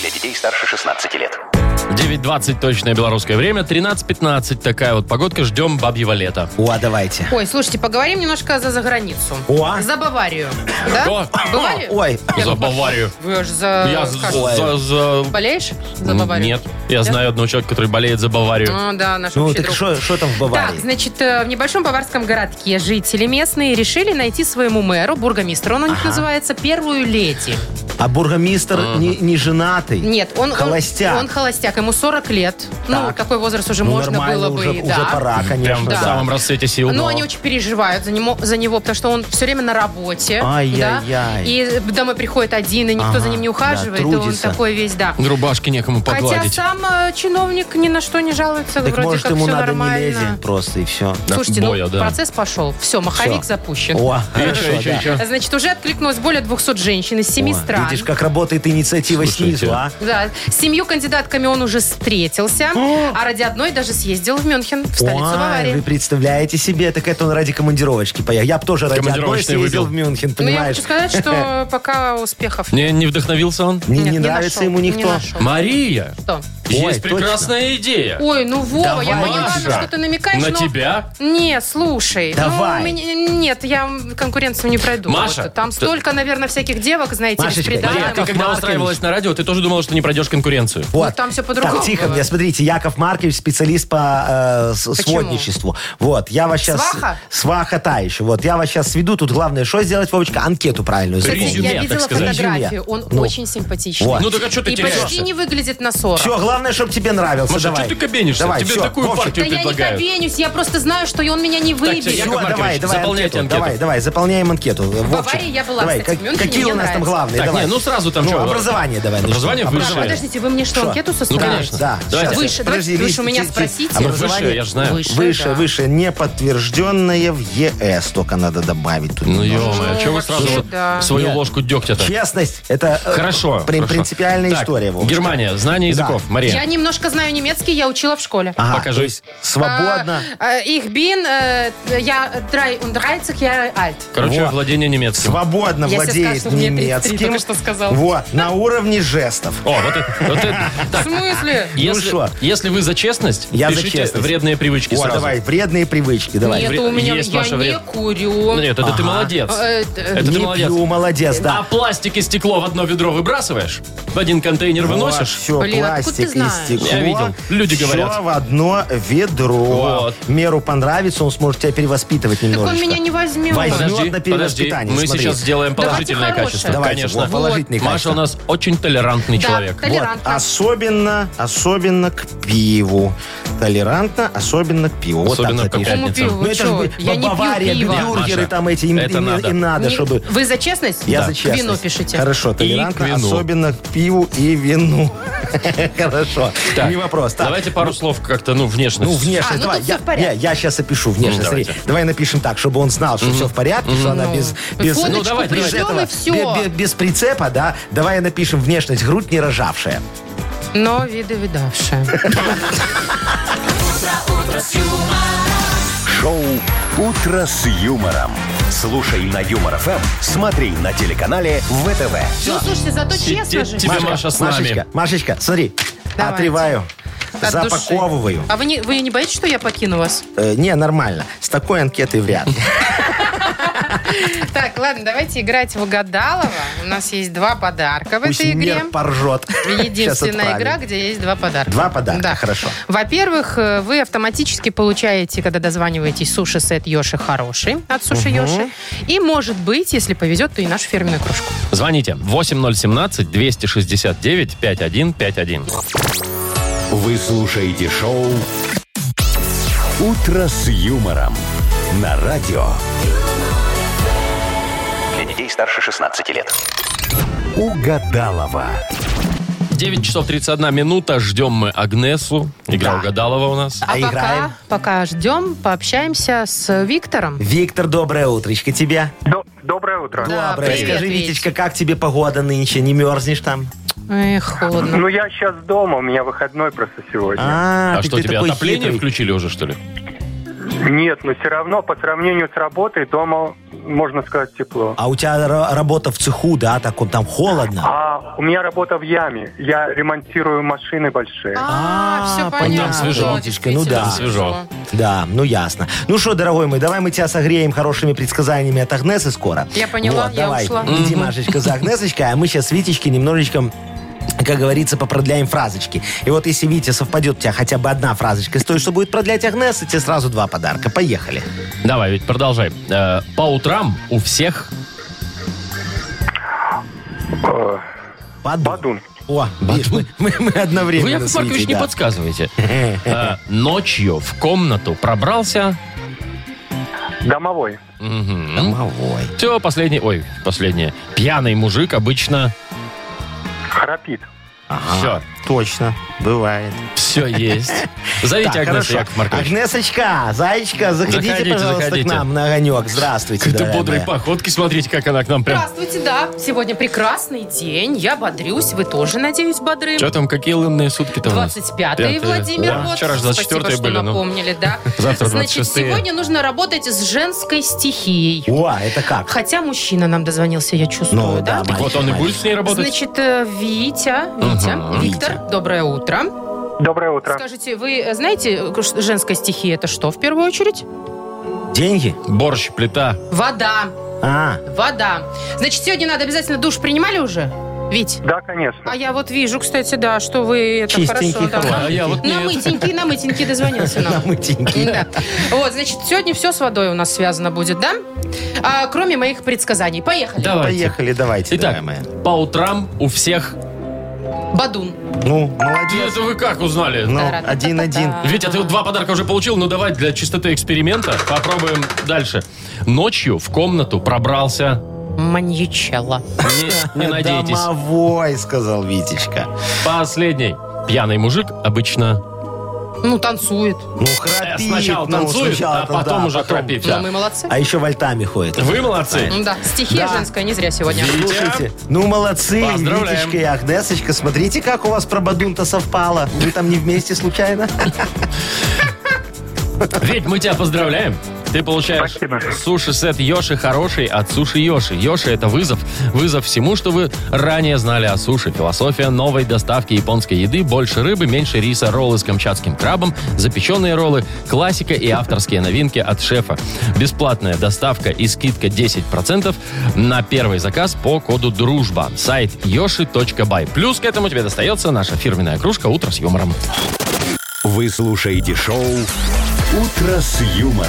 Speaker 5: Для детей старше 16 лет.
Speaker 2: 9.20 точное белорусское время, 13.15 такая вот погодка. Ждем бабьего лета.
Speaker 4: О, давайте.
Speaker 3: Ой, слушайте, поговорим немножко за заграницу.
Speaker 4: О.
Speaker 3: За Баварию. Да?
Speaker 2: Что?
Speaker 3: Бывали?
Speaker 4: А, Ой,
Speaker 2: За Баварию.
Speaker 3: Вы аж за...
Speaker 2: Я за-
Speaker 3: ну Э, как?
Speaker 2: за- за-
Speaker 3: Болеешь за Баварию?
Speaker 2: Ну, Нет, я знаю одного человека, который болеет за Баварию.
Speaker 3: Ну, да, наш
Speaker 4: ну
Speaker 3: общий
Speaker 4: так
Speaker 3: друг.
Speaker 4: что там в
Speaker 3: Так,
Speaker 4: Баварии?
Speaker 3: значит, э, в небольшом баварском городке жители местные решили найти своему мэру, бургомистру, он у них называется, первую леди.
Speaker 4: А бургомистр не, не женатый?
Speaker 3: Нет, он... он-
Speaker 4: Холостяк.
Speaker 3: Он, холостяк, ему 40 лет. Ну,
Speaker 4: Так.
Speaker 3: такой возраст уже
Speaker 4: Ну,
Speaker 3: можно было
Speaker 4: нормально,
Speaker 3: бы,
Speaker 4: уже,
Speaker 3: и
Speaker 4: уже
Speaker 3: да.
Speaker 4: пора,
Speaker 2: Прям
Speaker 4: конечно.
Speaker 2: в
Speaker 4: да.
Speaker 2: самом расцвете сил.
Speaker 3: Но
Speaker 2: но-
Speaker 3: они очень переживают за него, за него, потому что он все время на работе.
Speaker 4: Ай-яй-яй.
Speaker 3: да, и домой приходит один, и никто
Speaker 4: Ага,
Speaker 3: за ним не
Speaker 4: да,
Speaker 3: ухаживает. и он
Speaker 4: трудится.
Speaker 3: такой весь, да.
Speaker 2: Рубашки некому
Speaker 3: Хотя
Speaker 2: погладить.
Speaker 3: сам э, чиновник ни на что не жалуется.
Speaker 4: Так
Speaker 3: вроде
Speaker 4: может
Speaker 3: как
Speaker 4: ему
Speaker 3: все
Speaker 4: надо
Speaker 3: нормально.
Speaker 4: не лезть просто и все.
Speaker 2: Да,
Speaker 3: Слушайте, ну,
Speaker 2: боя, да.
Speaker 3: процесс пошел. Все, маховик
Speaker 4: Всё.
Speaker 3: запущен.
Speaker 4: О,
Speaker 2: И чё,
Speaker 4: хорошо,
Speaker 2: и чё, и
Speaker 4: да.
Speaker 2: чё?
Speaker 3: Значит, уже откликнулось более 200 женщин из семи
Speaker 4: О,
Speaker 3: стран.
Speaker 4: Видишь, как работает инициатива
Speaker 2: Слушайте.
Speaker 4: снизу, а?
Speaker 3: Да, с семью кандидатками он уже встретился, а ради одной даже съездил в Мюнхен, в столицу
Speaker 4: Ой,
Speaker 3: Баварии.
Speaker 4: вы представляете себе, так это он ради командировочки поехал. Я бы тоже ради одной
Speaker 2: Командировочный выбил.
Speaker 4: съездил в Мюнхен,
Speaker 3: Но Ну, я
Speaker 4: понимаешь?
Speaker 3: хочу сказать, что пока успехов
Speaker 2: Не, не вдохновился он?
Speaker 4: Не,
Speaker 3: нет,
Speaker 4: не нравится
Speaker 3: нашел,
Speaker 4: ему
Speaker 3: не
Speaker 4: никто.
Speaker 3: нашел.
Speaker 2: Мария,
Speaker 3: Что?
Speaker 4: Ой,
Speaker 2: есть прекрасная идея.
Speaker 3: Ой, ну Вова, я
Speaker 4: Давай,
Speaker 3: понимаю, на
Speaker 2: Маша.
Speaker 3: что ты намекаешь,
Speaker 2: На
Speaker 3: но...
Speaker 2: тебя?
Speaker 3: Не, слушай.
Speaker 4: Давай.
Speaker 3: Ну, у меня- нет, я конкуренцию не пройду.
Speaker 2: Маша,
Speaker 3: Вот Там
Speaker 2: ты-
Speaker 3: столько, наверное, всяких девок, знаете,
Speaker 4: Машечка,
Speaker 3: ли, с приданым.
Speaker 2: Мария,
Speaker 4: Да,
Speaker 2: ты
Speaker 4: Яков
Speaker 2: когда
Speaker 4: Маркович.
Speaker 2: устраивалась на радио, ты тоже думала, что не пройдешь конкуренцию.
Speaker 4: Вот.
Speaker 3: там всё по-другому
Speaker 4: Так, тихо
Speaker 3: было.
Speaker 4: мне, смотрите, Яков Маркович специалист по э, с-
Speaker 3: Почему?
Speaker 4: сводничеству. Вот, я вас сейчас...
Speaker 3: Сваха?
Speaker 4: Сваха та еще. Вот, я вас сейчас сведу. Тут главное, что сделать, Вовочка? Анкету правильную
Speaker 3: Кстати,
Speaker 4: заполнить.
Speaker 2: Резюме,
Speaker 3: я видела
Speaker 2: так сказать.
Speaker 3: фотографию, он
Speaker 4: Ну.
Speaker 3: очень симпатичный.
Speaker 4: Вот.
Speaker 2: Ну так а что ты
Speaker 3: И почти
Speaker 2: теряешься?
Speaker 3: не выглядит на 40.
Speaker 4: Все, главное, чтобы тебе нравился.
Speaker 2: Маша,
Speaker 4: давай.
Speaker 2: что ты кабенишься?
Speaker 4: Давай,
Speaker 2: Тебе
Speaker 4: всё,
Speaker 2: такую
Speaker 4: Вовчик,
Speaker 2: партию
Speaker 3: Да я не
Speaker 2: предлагают.
Speaker 3: кабенюсь, я просто знаю, что и он меня
Speaker 2: тебе
Speaker 3: не выберет.
Speaker 2: я-
Speaker 4: Всё,
Speaker 2: Яков
Speaker 4: давай,
Speaker 2: Маркович,
Speaker 4: давай,
Speaker 2: заполняйте
Speaker 4: анкету.
Speaker 2: анкету.
Speaker 4: Давай, давай, заполняем анкету. В
Speaker 3: Баварии я была,
Speaker 4: давай,
Speaker 3: кстати, в Мюнхене,
Speaker 4: Какие
Speaker 3: мне
Speaker 4: у нас там
Speaker 3: нравится.
Speaker 4: главные?
Speaker 2: Так,
Speaker 4: давай.
Speaker 2: не, ну сразу там
Speaker 4: Ну,
Speaker 2: чё?
Speaker 4: образование давай. начнем.
Speaker 2: Образование высшее.
Speaker 3: Так, подождите, вы мне что,
Speaker 4: Что?
Speaker 3: анкету составляете?
Speaker 2: конечно.
Speaker 4: Ну, Да.
Speaker 2: Давайте.
Speaker 3: Выше,
Speaker 4: Подожди,
Speaker 3: давайте,
Speaker 4: лист,
Speaker 3: выше у меня
Speaker 4: чуть-чуть.
Speaker 3: спросите.
Speaker 4: Образование.
Speaker 2: Высшее, я же знаю.
Speaker 3: Выше,
Speaker 4: Выше,
Speaker 3: да.
Speaker 4: выше, неподтвержденное в ес только надо добавить. Тут
Speaker 2: Ну,
Speaker 4: немножко.
Speaker 2: ё-моё, что вы сразу
Speaker 3: вообще,
Speaker 2: вот
Speaker 3: да.
Speaker 2: свою
Speaker 4: Нет.
Speaker 2: ложку дегтя-то?
Speaker 4: Честность это э,
Speaker 2: Хорошо.
Speaker 4: прин-
Speaker 2: хорошо.
Speaker 4: принципиальная
Speaker 2: Так,
Speaker 4: история. Вовочка.
Speaker 2: Германия, знание
Speaker 4: Да.
Speaker 2: языков. Мария.
Speaker 3: Я немножко знаю немецкий, я учила в школе.
Speaker 4: Ага,
Speaker 2: Покажи.
Speaker 4: то есть Свободно.
Speaker 3: А, э, Ich bin, э, я drei und dreißig Jahre alt.
Speaker 2: Короче,
Speaker 4: Во.
Speaker 2: владение немецким.
Speaker 4: Свободно
Speaker 3: Я себе
Speaker 4: владеет
Speaker 3: сказала, что мне 33
Speaker 4: немецким.
Speaker 3: только что сказал.
Speaker 4: Вот, на уровне жестов.
Speaker 2: О, вот это. вот это-
Speaker 3: В смысле?
Speaker 2: Если,
Speaker 4: шо?
Speaker 2: если вы за честность,
Speaker 4: Ну Я за
Speaker 2: пишите
Speaker 4: честность.
Speaker 2: вредные привычки
Speaker 4: О,
Speaker 2: сразу.
Speaker 4: давай, вредные привычки, давай.
Speaker 3: Нет,
Speaker 2: Вре-
Speaker 3: у меня
Speaker 2: есть
Speaker 3: я
Speaker 2: ваше
Speaker 3: не
Speaker 2: время.
Speaker 3: курю.
Speaker 2: Нет, это ты молодец.
Speaker 3: Э, э,
Speaker 2: Это ты
Speaker 4: Не
Speaker 2: молодец.
Speaker 4: пью, молодец,
Speaker 2: А
Speaker 4: да.
Speaker 2: пластик и стекло в одно ведро выбрасываешь? В один контейнер выносишь?
Speaker 4: все,
Speaker 3: Блин, откуда
Speaker 4: пластик
Speaker 3: ты знаешь?
Speaker 4: и стекло.
Speaker 2: Я видел, люди говорят.
Speaker 4: Все в одно ведро.
Speaker 2: Вот.
Speaker 4: Меру понравится, он сможет тебя перевоспитывать
Speaker 3: Так
Speaker 4: немножечко.
Speaker 3: он меня не возьмет.
Speaker 4: Возьмет.
Speaker 2: Подожди,
Speaker 4: на
Speaker 2: подожди,
Speaker 4: перевоспитание,
Speaker 2: мы
Speaker 4: смотри.
Speaker 2: сейчас сделаем
Speaker 3: Давайте
Speaker 2: положительное
Speaker 3: хорошее.
Speaker 2: качество.
Speaker 4: Давайте,
Speaker 2: Конечно.
Speaker 4: вот, положительные
Speaker 2: Маша
Speaker 4: качества.
Speaker 2: у нас очень толерантный
Speaker 3: Да,
Speaker 2: человек.
Speaker 4: Вот,
Speaker 3: толерантно.
Speaker 4: особенно, особенно к пиву. Толерантно, особенно к пиву. Вот
Speaker 2: Особенно
Speaker 4: так
Speaker 2: к какому
Speaker 3: Кому
Speaker 4: запишем.
Speaker 2: пятница.
Speaker 3: пиво?
Speaker 4: Ну,
Speaker 3: Вы
Speaker 4: это же
Speaker 3: чё?
Speaker 4: бы
Speaker 3: Я не
Speaker 4: Бавария,
Speaker 3: пью пиво.
Speaker 4: бюргеры
Speaker 2: Маша,
Speaker 4: там эти, им,
Speaker 2: это
Speaker 4: им- им
Speaker 2: надо.
Speaker 4: надо,
Speaker 3: Не-
Speaker 4: чтобы...
Speaker 3: Вы за честность?
Speaker 4: Я
Speaker 3: Да.
Speaker 4: за честность.
Speaker 3: Вино пишите.
Speaker 4: Хорошо, толерантно,
Speaker 2: вину.
Speaker 4: особенно к пиву и вину. Хорошо,
Speaker 2: Так,
Speaker 4: не вопрос. Так,
Speaker 2: Давайте пару слов как-то, ну, внешность.
Speaker 4: Ну, внешность.
Speaker 3: А, ну
Speaker 4: давай,
Speaker 3: тут
Speaker 4: я,
Speaker 3: всё в порядке.
Speaker 4: не, я сейчас опишу
Speaker 2: Ну,
Speaker 4: внешность. Смотри,
Speaker 2: давайте.
Speaker 4: давай напишем так, чтобы он знал, что все в порядке, что она без... без
Speaker 3: Фоточку
Speaker 2: Ну, давайте,
Speaker 4: без
Speaker 2: давайте.
Speaker 3: пришлем и
Speaker 4: этого,
Speaker 3: все.
Speaker 4: бе- бе- без прицепа, да, давай напишем внешность грудь не рожавшая.
Speaker 3: Но виды видавшие. Ну,
Speaker 1: Шоу «Утро с юмором». Слушай на Юмор ФМ, смотри на телеканале ВТВ.
Speaker 3: Ну, слушайте, зато
Speaker 2: Сидеть
Speaker 3: честно же.
Speaker 2: тебе, Маша, с нами.
Speaker 4: Машечка, Машечка, смотри,
Speaker 3: Давайте.
Speaker 4: отрываю,
Speaker 3: От души.
Speaker 4: запаковываю.
Speaker 3: А вы не, вы не боитесь, что я покину вас?
Speaker 4: Э, не, нормально. С такой анкетой вряд ли.
Speaker 3: Так, ладно, давайте играть в угадалово. У нас есть два подарка в
Speaker 4: Пусть
Speaker 3: этой игре.
Speaker 4: мир поржет. Сейчас
Speaker 3: Единственная
Speaker 4: отправим.
Speaker 3: игра, где есть два подарка.
Speaker 4: Два подарка, хорошо.
Speaker 3: Во-первых, э, вы автоматически получаете, когда дозваниваетесь, суши-сет Йоши хороший от суши Йоши. И, может быть, если повезет, то и нашу фирменную кружку.
Speaker 2: Звоните 8017-269-5151.
Speaker 1: Вы слушаете шоу «Утро с юмором» на радио.
Speaker 5: Для детей старше 16 лет.
Speaker 1: Угадалова.
Speaker 2: 9 часов 31 минута. Ждем мы Агнесу. Игра
Speaker 4: Да.
Speaker 2: угадалова у нас.
Speaker 4: А играем?
Speaker 3: пока, пока ждем, пообщаемся с Виктором.
Speaker 4: Виктор, доброе утречко тебе.
Speaker 8: Доброе утро.
Speaker 3: Да,
Speaker 4: Доброе.
Speaker 3: привет,
Speaker 4: Скажи,
Speaker 3: Вить.
Speaker 4: Витечка, как тебе погода нынче? Не мерзнешь там?
Speaker 3: Эх, холодно.
Speaker 8: Ну, я сейчас дома, у меня выходной просто сегодня.
Speaker 4: А,
Speaker 2: А,
Speaker 4: ты-
Speaker 2: что,
Speaker 4: ты
Speaker 2: тебе
Speaker 4: такой
Speaker 2: отопление
Speaker 4: хитрый.
Speaker 2: включили уже, что ли?
Speaker 8: Нет, но все равно по сравнению с работой дома, можно сказать, тепло.
Speaker 4: А у тебя ра- работа в цеху, да? Так вот там холодно.
Speaker 8: А у меня работа в яме. Я ремонтирую машины большие.
Speaker 3: А,
Speaker 4: А,
Speaker 3: все
Speaker 4: понятно,
Speaker 3: понятно.
Speaker 2: свежо.
Speaker 4: Витечка, ну да.
Speaker 2: Там свежо.
Speaker 4: Да, ну ясно. Ну что, дорогой мой, давай мы тебя согреем хорошими предсказаниями от Агнесы скоро.
Speaker 3: Я поняла,
Speaker 4: Вот,
Speaker 3: я
Speaker 4: давай.
Speaker 3: ушла.
Speaker 4: Иди, Машечка, за Агнесочкой, а мы сейчас Витечке немножечко как говорится, попродляем фразочки. И вот если, Витя, совпадет у тебя хотя бы одна фразочка с той, что будет продлять Агнеса, тебе сразу два подарка. Поехали.
Speaker 2: Давай, ведь продолжай. Э, по утрам у всех
Speaker 8: Э,
Speaker 4: Баду.
Speaker 8: Бадун.
Speaker 4: О, видишь, мы, мы- мы одновременно
Speaker 2: Вы,
Speaker 3: Ну,
Speaker 2: Яков
Speaker 4: с
Speaker 2: Маркович,
Speaker 4: Витей,
Speaker 2: не
Speaker 4: да.
Speaker 2: подсказываете. Э, Ночью в комнату пробрался...
Speaker 8: Домовой.
Speaker 4: Домовой.
Speaker 2: Все, последний... Ой, последнее. Пьяный мужик обычно...
Speaker 8: Храпит.
Speaker 2: Все.
Speaker 4: Точно, бывает.
Speaker 2: Все есть. Зовите
Speaker 4: Так,
Speaker 2: Агнесу,
Speaker 4: хорошо.
Speaker 2: Яков Маркович.
Speaker 4: Агнесочка, зайчика, заходите,
Speaker 2: Заходите,
Speaker 4: пожалуйста,
Speaker 2: заходите.
Speaker 4: к нам на огонек. Здравствуйте,
Speaker 2: Какой-то
Speaker 4: дорогая
Speaker 2: бодрой
Speaker 4: моя.
Speaker 2: походки. Смотрите, как она к нам прям...
Speaker 3: Здравствуйте, да. Сегодня прекрасный день. Я бодрюсь. Вы тоже, надеюсь, бодры.
Speaker 2: Что там, какие лунные сутки-то у нас?
Speaker 3: 25-й, Владимир.
Speaker 2: Да,
Speaker 3: вот.
Speaker 2: Вчера же 24
Speaker 3: Спасибо,
Speaker 2: были.
Speaker 3: что
Speaker 2: ну.
Speaker 3: напомнили, да.
Speaker 2: Завтра
Speaker 3: Значит,
Speaker 2: 26-е.
Speaker 3: сегодня нужно работать с женской стихией.
Speaker 4: О, это как?
Speaker 3: Хотя мужчина нам дозвонился, я чувствую,
Speaker 4: Ну,
Speaker 3: да?
Speaker 4: да,
Speaker 2: Так вот он и будет с ней работать.
Speaker 3: Значит, э, Витя, Витя, Виктор, доброе утро.
Speaker 8: Доброе утро.
Speaker 3: Скажите, вы э, знаете, э, ш- женская стихия это что в первую очередь?
Speaker 4: Деньги?
Speaker 2: Борщ, плита.
Speaker 3: Вода,
Speaker 4: А,
Speaker 3: вода. Значит, сегодня надо обязательно душ принимали уже, Вить?
Speaker 8: Да,
Speaker 3: А
Speaker 8: конечно.
Speaker 3: я вот вижу, кстати, да, что вы это
Speaker 4: Чистенький,
Speaker 3: хорошо.
Speaker 2: А я вот
Speaker 3: На
Speaker 2: нет.
Speaker 3: мытеньки, на мытеньки дозвонился нам.
Speaker 4: мы деньги.
Speaker 3: Да. Вот, значит, сегодня все с водой у нас связано будет, да? А, кроме моих предсказаний. Поехали.
Speaker 2: Давайте.
Speaker 4: Поехали, давайте,
Speaker 2: Итак,
Speaker 4: дорогая моя.
Speaker 2: по утрам у всех...
Speaker 3: Бадун.
Speaker 4: Ну, молодец.
Speaker 2: Это вы как узнали?
Speaker 4: Ну,
Speaker 3: Та-ра-та-та-та.
Speaker 4: один-один.
Speaker 2: Витя, ты вот два подарка уже получил, ну давай для чистоты эксперимента попробуем дальше. Ночью в комнату пробрался...
Speaker 3: Маньячелла.
Speaker 2: Не, не надейтесь.
Speaker 4: Домовой, сказал Витечка.
Speaker 2: Последний. Пьяный мужик обычно...
Speaker 3: Ну, танцует.
Speaker 4: Ну, храпит.
Speaker 2: Сначала
Speaker 4: ну,
Speaker 2: танцует,
Speaker 4: сначала
Speaker 2: а
Speaker 4: там, да,
Speaker 2: потом уже храпит. да.
Speaker 3: Ну, мы молодцы.
Speaker 4: А еще вольтами ходит.
Speaker 2: Вы молодцы.
Speaker 3: Ну Да, стихия
Speaker 4: Да.
Speaker 3: женская не зря сегодня.
Speaker 4: Слушайте, ну молодцы,
Speaker 2: Поздравляем.
Speaker 4: Витечка и Агнесочка. Смотрите, как у вас про Бадун-то совпало. Вы там не вместе случайно?
Speaker 2: Ведь мы тебя поздравляем. Ты получаешь
Speaker 8: Спасибо.
Speaker 2: суши-сет Йоши хороший от суши Йоши. Йоши – это вызов. Вызов всему, что вы ранее знали о суши. Философия новой доставки японской еды. Больше рыбы, меньше риса, роллы с камчатским крабом, запеченные роллы, классика и авторские новинки от шефа. Бесплатная доставка и скидка 10% на первый заказ по коду «Дружба». Сайт yoshi.by. Плюс к этому тебе достается наша фирменная кружка «Утро с юмором».
Speaker 1: Вы слушаете шоу «Утро с юмором»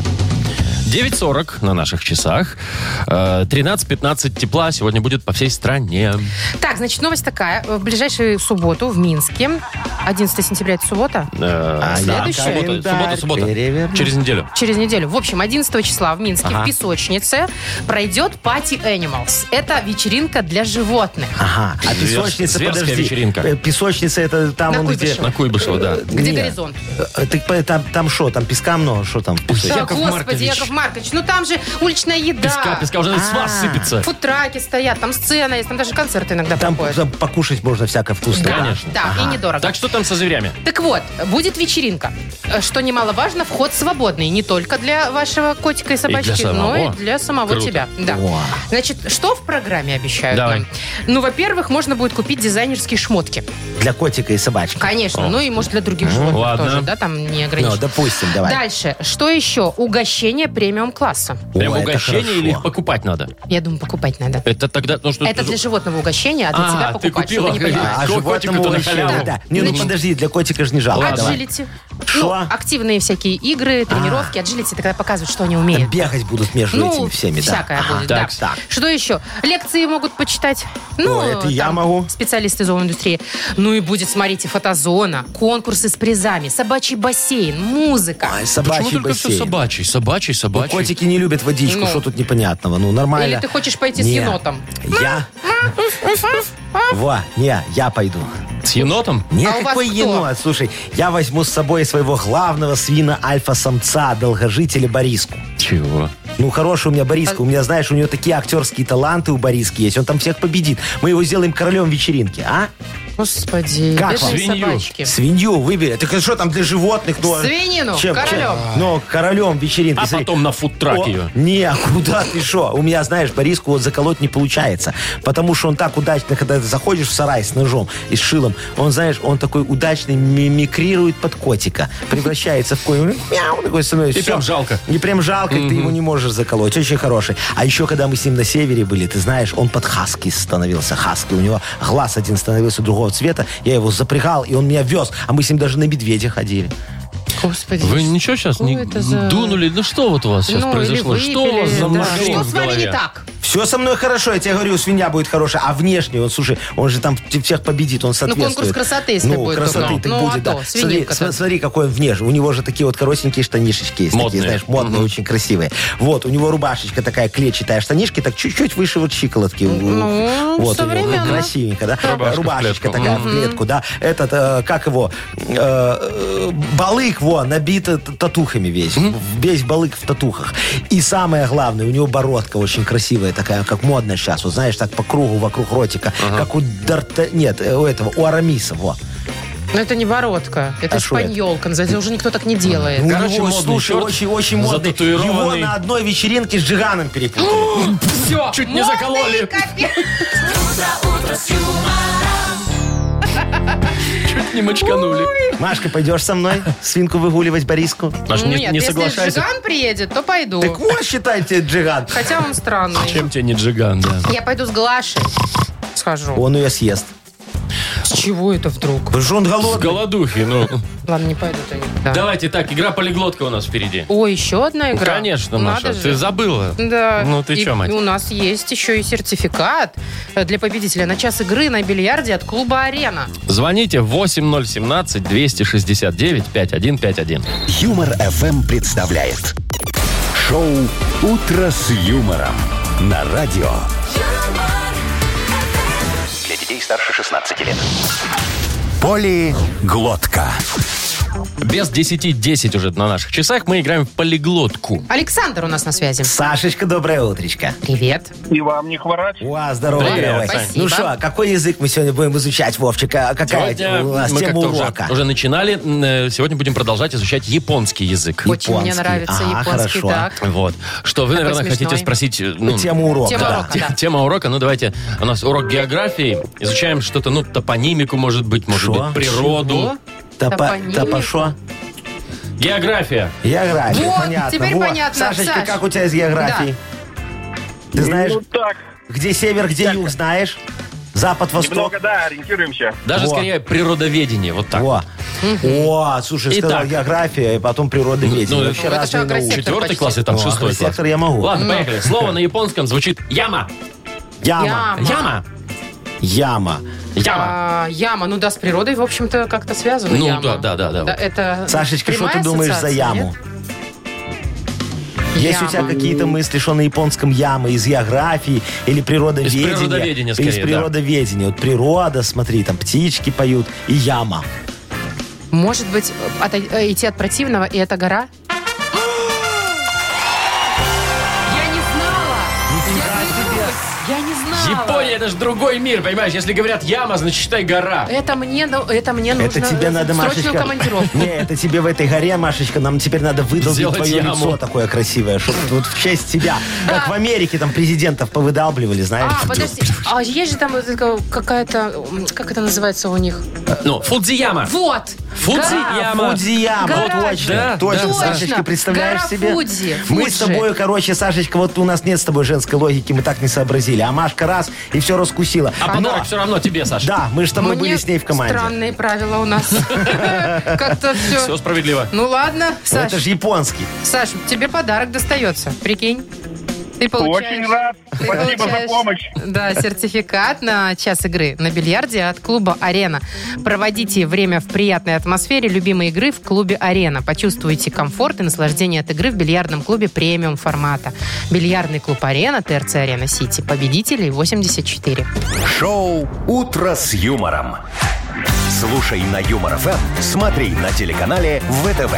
Speaker 2: 9.40 на наших часах. Э, 13-15 тепла сегодня будет по всей стране.
Speaker 3: Так, значит, новость такая. В ближайшую субботу в Минске, 11 сентября, это суббота, А
Speaker 2: Э,
Speaker 4: я
Speaker 2: суббота, суббота,
Speaker 4: календарь
Speaker 2: суббота.
Speaker 4: переверну.
Speaker 2: Через неделю.
Speaker 3: через неделю. В общем, 11 числа в Минске, в Песочнице, пройдет Party Animals. Это вечеринка для животных.
Speaker 4: Ага, а
Speaker 2: Зверс-
Speaker 4: песочница,
Speaker 2: зверская
Speaker 4: подожди.
Speaker 2: вечеринка.
Speaker 4: Э, Песочница это там
Speaker 3: На
Speaker 4: он где...
Speaker 3: Куйбышево.
Speaker 2: На Куйбышево, да.
Speaker 3: Где
Speaker 4: Не.
Speaker 3: горизонт?
Speaker 4: Э, так по- там- Там что, там песка много, что там? в песочнице?
Speaker 3: Да,
Speaker 2: Яков
Speaker 3: Господи,
Speaker 2: Маркович.
Speaker 3: Яков Маркович, ну там же уличная еда.
Speaker 2: Песка, песка уже с вас
Speaker 4: А.
Speaker 2: сыпется.
Speaker 3: Фудтраки стоят, там сцена есть, там даже концерты иногда
Speaker 4: Там
Speaker 3: проходят.
Speaker 4: там покушать можно всякое вкусное.
Speaker 3: Да,
Speaker 2: конечно.
Speaker 3: Да, и недорого.
Speaker 2: Так что там со зверями?
Speaker 3: Так вот, будет вечеринка. Э, Что немаловажно, вход свободный. Не только для вашего котика и собачки, но
Speaker 2: самого.
Speaker 3: и для самого
Speaker 2: Круто.
Speaker 3: тебя. Да.
Speaker 4: Во.
Speaker 3: Значит, что в программе обещают
Speaker 2: Давай.
Speaker 3: нам? Ну, во-первых, можно будет купить дизайнерские шмотки.
Speaker 4: Для котика и собачки.
Speaker 3: Конечно. Ну и, может, для других животных
Speaker 2: ладно.
Speaker 3: тоже, да, там не
Speaker 4: Ну,
Speaker 3: ограничено.
Speaker 4: допустим, давай.
Speaker 3: Дальше. Что еще? Угощение премиум-класса.
Speaker 2: Прям
Speaker 4: О, это
Speaker 2: угощение или их
Speaker 4: хорошо.
Speaker 2: покупать надо?
Speaker 3: Я думаю, покупать надо.
Speaker 2: Это тогда... Ну, что
Speaker 3: Это для животного угощение, а для
Speaker 2: А,
Speaker 3: тебя
Speaker 2: ты
Speaker 3: покупать.
Speaker 2: купила,
Speaker 3: Что-то не
Speaker 2: Галина.
Speaker 3: понимаю.
Speaker 4: А
Speaker 2: Котику-то
Speaker 4: животному
Speaker 2: на
Speaker 4: угощение,
Speaker 2: халяву.
Speaker 4: да. Не, ну
Speaker 2: Мгм.
Speaker 4: подожди, для котика же не жалко. давай.
Speaker 3: Agility. Ну,
Speaker 4: Шо?
Speaker 3: активные всякие игры, тренировки. Agility тогда показывают, что они умеют.
Speaker 4: Там бегать будут между этими всеми, да.
Speaker 3: Ну, всякое
Speaker 4: Ага.
Speaker 3: будет, да.
Speaker 2: Так,
Speaker 4: так.
Speaker 3: Что еще? Лекции могут почитать. Ну,
Speaker 4: О, это я
Speaker 3: там
Speaker 4: могу.
Speaker 3: Специалисты зооиндустрии. Ну и будет, смотрите, фотозона, конкурсы с призами, собачий бассейн, музыка.
Speaker 4: Ай,
Speaker 2: А Почему
Speaker 4: собачий
Speaker 2: только все
Speaker 4: бассейн.
Speaker 2: собачий, собачий,
Speaker 4: Ну,
Speaker 2: собачий?
Speaker 4: котики не любят водичку,
Speaker 3: Ну.
Speaker 4: что тут непонятного? Ну, нормально.
Speaker 3: Или ты хочешь пойти
Speaker 4: Не.
Speaker 3: с енотом?
Speaker 4: Я?
Speaker 3: А?
Speaker 4: Во, не, я пойду.
Speaker 2: С енотом?
Speaker 4: Не
Speaker 3: А у вас
Speaker 4: какой
Speaker 3: кто?
Speaker 4: енот, слушай, я возьму с собой своего главного свина альфа-самца, долгожителя Бориску.
Speaker 2: Чего?
Speaker 4: Ну, хороший у меня
Speaker 3: А-
Speaker 4: Бориска. У меня, знаешь, у него такие актерские таланты у Бориски есть. Он там всех победит. Мы его сделаем королем вечеринки, а?
Speaker 3: Господи,
Speaker 4: Как
Speaker 3: бедные
Speaker 2: вам? Свинью.
Speaker 3: собачки.
Speaker 4: Свинью выбери. Так это что там для животных? Ну, а
Speaker 3: Свинину, королем.
Speaker 4: Ну, королем вечеринки.
Speaker 2: А
Speaker 4: Смотри.
Speaker 2: потом на
Speaker 4: О,
Speaker 2: фудтрак ее.
Speaker 4: Не, а куда ты шо? У меня, знаешь, Бориску вот заколоть не получается. Потому что он так удачно, когда ты заходишь в сарай с ножом и с шилом, он, знаешь, он такой удачный мимикрирует под котика. Превращается в кое мяу, такой становится.
Speaker 2: И
Speaker 4: Всё.
Speaker 2: прям жалко.
Speaker 4: И прям жалко, и ты его не можешь заколоть. Очень хороший. А еще, когда мы с ним на севере были, ты знаешь, он под хаски становился. Хаски. У него глаз один становился другого цвета. Я его запрягал, и он меня вез. А мы с ним даже на медведя ходили.
Speaker 3: Господи.
Speaker 2: Вы ничего сейчас не
Speaker 3: Какое это за-
Speaker 2: дунули? Ну что вот у вас сейчас
Speaker 3: Ну, или
Speaker 2: произошло? Что у вас
Speaker 3: выпили,
Speaker 2: за
Speaker 3: да.
Speaker 2: маргарин
Speaker 3: Что
Speaker 2: в
Speaker 3: с вами не
Speaker 2: голове?
Speaker 3: так?
Speaker 4: Все со мной хорошо, я тебе говорю, свинья будет хорошая, а внешне, он, слушай, он же там те- всех победит, он соответствует.
Speaker 3: Ну, конкурс красоты, если
Speaker 4: ну,
Speaker 3: будет,
Speaker 4: красоты
Speaker 3: ну.
Speaker 4: так
Speaker 3: Ну, а
Speaker 4: будет,
Speaker 3: то,
Speaker 4: да. Смотри,
Speaker 3: свинилка-то.
Speaker 4: см- смотри, какой он внешний. У него же такие вот коротенькие штанишечки есть,
Speaker 2: Модные.
Speaker 4: такие, знаешь, модные, очень красивые. Вот, у него рубашечка такая клетчатая, а штанишки так чуть-чуть выше вот щиколотки.
Speaker 3: Ну,
Speaker 4: вот, у него
Speaker 3: современно.
Speaker 4: красивенько, да?
Speaker 2: Рубашка в
Speaker 4: Рубашечка
Speaker 2: клетку.
Speaker 4: такая в клетку, да? Этот, э, как его, э, э, балык, во, набит э, т- татухами весь. Весь балык в татухах. И самое главное, у него бородка очень красивая такая, как модно сейчас. Вот знаешь, так по кругу вокруг ротика. Как у Дарта... Нет, э, у этого, у Арамиса, во.
Speaker 3: Ну это не бородка, это
Speaker 4: А шо это?
Speaker 3: шпаньолка. Назовите, уже никто так не делает.
Speaker 4: У
Speaker 2: Короче,
Speaker 4: него,
Speaker 2: модный
Speaker 4: Ну, слушай,
Speaker 2: черт,
Speaker 4: очень, очень модный. Его
Speaker 2: зататуированный.
Speaker 4: на одной вечеринке с Джиганом перепутали.
Speaker 3: Все,
Speaker 2: Чуть не закололи. Чуть не мочканули.
Speaker 4: Машка, пойдешь со мной свинку выгуливать Бориску?
Speaker 2: Маш, а не,
Speaker 3: Ну Нет,
Speaker 2: не
Speaker 3: если
Speaker 2: соглашайся.
Speaker 3: Жиган приедет, то пойду.
Speaker 4: Ну, Так А вот, считайте, Джиган.
Speaker 3: Хотя он странный.
Speaker 2: Чем тебе не джиган, да?
Speaker 3: Я пойду с Глашей. Схожу.
Speaker 4: Он ее съест.
Speaker 3: С чего это вдруг?
Speaker 4: Потому что он
Speaker 2: С
Speaker 4: голодный.
Speaker 2: голодухи, ну.
Speaker 3: Ладно, не пойдут они. Да.
Speaker 2: Давайте так, игра полиглотка у нас впереди.
Speaker 3: О, еще одна игра.
Speaker 2: Конечно,
Speaker 3: Надо
Speaker 2: Маша,
Speaker 3: же.
Speaker 2: ты забыла.
Speaker 3: Да.
Speaker 2: Ну ты
Speaker 3: И
Speaker 2: чё, мать?
Speaker 3: У нас есть еще и сертификат э, для победителя на час игры на бильярде от клуба «Арена».
Speaker 2: Звоните 8017-269-5151.
Speaker 1: Юмор FM представляет шоу Утро с юмором на радио.
Speaker 5: Для детей детей старше 16 лет.
Speaker 1: Полиглотка.
Speaker 2: Без 10-10 уже на наших часах мы играем в полиглотку.
Speaker 3: Александр у нас на связи.
Speaker 4: Сашечка, доброе утречко.
Speaker 3: Привет.
Speaker 8: И вам не хворать?
Speaker 4: Уа, здорово,
Speaker 2: Привет,
Speaker 4: Лёва.
Speaker 3: Сань. Спасибо.
Speaker 4: Ну что, какой язык мы сегодня будем изучать, Вовчика? А Какая
Speaker 2: Сегодня
Speaker 4: у нас
Speaker 2: мы
Speaker 4: тема
Speaker 2: как-то уже,
Speaker 4: урока?
Speaker 2: уже начинали. м, э, Сегодня будем продолжать изучать японский язык.
Speaker 3: Очень мне
Speaker 4: Японский.
Speaker 3: нравится
Speaker 4: Ага,
Speaker 3: японский,
Speaker 4: хорошо.
Speaker 3: так.
Speaker 2: Вот. Что вы, наверное,
Speaker 3: смешной.
Speaker 2: хотите спросить... э, ну,
Speaker 4: Тему урока.
Speaker 3: Тема
Speaker 4: да.
Speaker 3: урока, да.
Speaker 2: Тема урока, ну давайте, у нас урок географии, изучаем что-то, ну, топонимику, может быть, может
Speaker 4: Шо?
Speaker 2: быть, природу.
Speaker 4: Топа,
Speaker 3: Топоним.
Speaker 4: топошо?
Speaker 2: География.
Speaker 4: География,
Speaker 3: Вот,
Speaker 4: понятно.
Speaker 3: теперь понятно,
Speaker 4: Сашечка,
Speaker 3: Саш.
Speaker 4: как у тебя с географией? Ты знаешь,
Speaker 7: Ну так,
Speaker 4: где север, где юг, знаешь? Запад, восток?
Speaker 7: немного, да, ориентируемся.
Speaker 2: Даже
Speaker 4: Во.
Speaker 2: скорее природоведение, вот так.
Speaker 4: Во. О, слушай,
Speaker 2: Итак.
Speaker 4: сказал география, и потом природоведение.
Speaker 2: Ну,
Speaker 4: Вообще
Speaker 3: это
Speaker 4: разные
Speaker 3: же агросектор
Speaker 4: науки.
Speaker 2: Четвертый
Speaker 3: почти.
Speaker 2: класс и там
Speaker 4: О,
Speaker 2: шестой класс.
Speaker 4: агросектор я могу.
Speaker 2: Ладно, поехали. Слово на японском звучит яма.
Speaker 4: Яма.
Speaker 2: Яма.
Speaker 4: Яма.
Speaker 2: Яма.
Speaker 3: А, яма, ну да, с природой, в общем-то, как-то связано.
Speaker 2: Ну
Speaker 3: яма.
Speaker 2: да, да, да, да.
Speaker 3: это
Speaker 4: Сашечка, что
Speaker 3: прямая
Speaker 4: ты думаешь за
Speaker 3: ассоциация,
Speaker 4: яму?
Speaker 3: нет?
Speaker 4: Есть у
Speaker 3: Яма.
Speaker 4: тебя какие-то мысли, что на японском ямы из географии или природоведения?
Speaker 2: Из природоведения, скорее,
Speaker 4: Из
Speaker 2: да.
Speaker 4: природоведения. Вот природа, смотри, там птички поют и яма.
Speaker 3: Может быть, от- э, идти от противного, и это гора? Я не знала! Я клянусь, Я не знала!
Speaker 2: Япония, это же другой мир, понимаешь? Если говорят яма, значит считай гора.
Speaker 3: Это мне, ну, это мне нужно э,
Speaker 4: Это тебе надо,
Speaker 3: срочную
Speaker 4: Машечка...
Speaker 3: командировку.
Speaker 4: Не, это тебе в этой горе, Машечка, нам теперь надо выдолбить
Speaker 2: Сделать
Speaker 4: твое
Speaker 2: яму.
Speaker 4: лицо такое красивое, чтобы вот в честь тебя. Как в Америке там президентов повыдалбливали, знаешь?
Speaker 3: А, подожди, а есть же там вот такая какая-то, м, как это называется у них?
Speaker 2: Ну, Фудзияма.
Speaker 3: Вот! Гора.
Speaker 2: Фудзияма.
Speaker 4: Фудзияма,
Speaker 3: Гора.
Speaker 4: точно,
Speaker 2: Да,
Speaker 4: точно,
Speaker 3: да.
Speaker 4: Сашечка,
Speaker 3: Точно.
Speaker 4: представляешь
Speaker 3: Гора
Speaker 4: себе?
Speaker 3: Фудзи,
Speaker 4: Мы
Speaker 3: Фуджи.
Speaker 4: с тобой, короче, Сашечка, вот у нас нет с тобой женской логики, мы так не сообразили. А Машка раз и все раскусила.
Speaker 2: А
Speaker 4: Но-
Speaker 2: подарок все равно тебе, Саша.
Speaker 4: Да, мы же с тобой
Speaker 3: Мне
Speaker 4: были с ней в команде.
Speaker 3: странные правила у нас. Как-то
Speaker 2: Все
Speaker 3: все...
Speaker 2: справедливо.
Speaker 3: Ну ладно,
Speaker 4: Ну, Это
Speaker 3: Саш,
Speaker 4: же японский.
Speaker 3: Саш, тебе подарок достается, прикинь. Ты получаешь...
Speaker 7: Очень рад.
Speaker 3: Ты
Speaker 7: Спасибо за
Speaker 3: получаешь,
Speaker 7: помощь.
Speaker 3: Да, сертификат на час игры на бильярде от клуба «Арена». Проводите время в приятной атмосфере любимой игры в клубе «Арена». Почувствуйте комфорт и наслаждение от игры в бильярдном клубе премиум формата. Бильярдный клуб «Арена», ТРЦ «Арена Сити». Победителей 84.
Speaker 1: Шоу «Утро с юмором». Слушай на Юмор ФМ, смотри на телеканале ВТВ.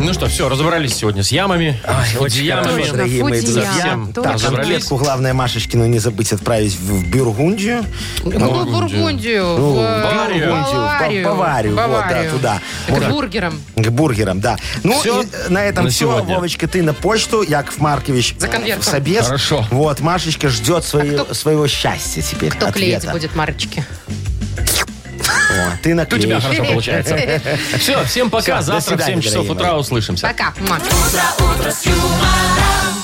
Speaker 2: Ну что, все, разобрались сегодня с ямами, фудзиямами.
Speaker 3: хорошо.
Speaker 4: дорогие мои
Speaker 3: Фудзияма,
Speaker 4: друзья.
Speaker 2: точно.
Speaker 4: Так,
Speaker 2: Разобрались.
Speaker 4: конфетку, главное, Машечкину не забыть отправить в Бюргундию.
Speaker 3: Ну, Бургундию.
Speaker 4: Ну,
Speaker 3: в,
Speaker 4: в
Speaker 3: э,
Speaker 2: Баварию.
Speaker 4: Баварию. Баварию, вот, да, туда.
Speaker 3: К
Speaker 4: Можно.
Speaker 3: бургерам.
Speaker 4: К бургерам, да. Ну,
Speaker 2: Всё?
Speaker 4: и на этом
Speaker 2: На
Speaker 4: все.
Speaker 2: сегодня.
Speaker 4: Вовочка, ты на почту, Яков Маркович. э,
Speaker 3: За конвертом.
Speaker 4: в Собес.
Speaker 2: Хорошо.
Speaker 4: Вот, Машечка ждет свои-
Speaker 3: А кто-
Speaker 4: своего счастья теперь.
Speaker 3: Кто клеить
Speaker 4: ответа.
Speaker 3: будет марочки?
Speaker 4: О, ты
Speaker 2: У
Speaker 4: наклеишь.
Speaker 2: тебя хорошо получается. Все, всем пока.
Speaker 4: Всё, до
Speaker 2: Завтра в
Speaker 4: свидания,
Speaker 2: 7 часов
Speaker 4: дорогие
Speaker 2: утра услышимся.
Speaker 3: Пока. Муа.
Speaker 9: утро с юмором.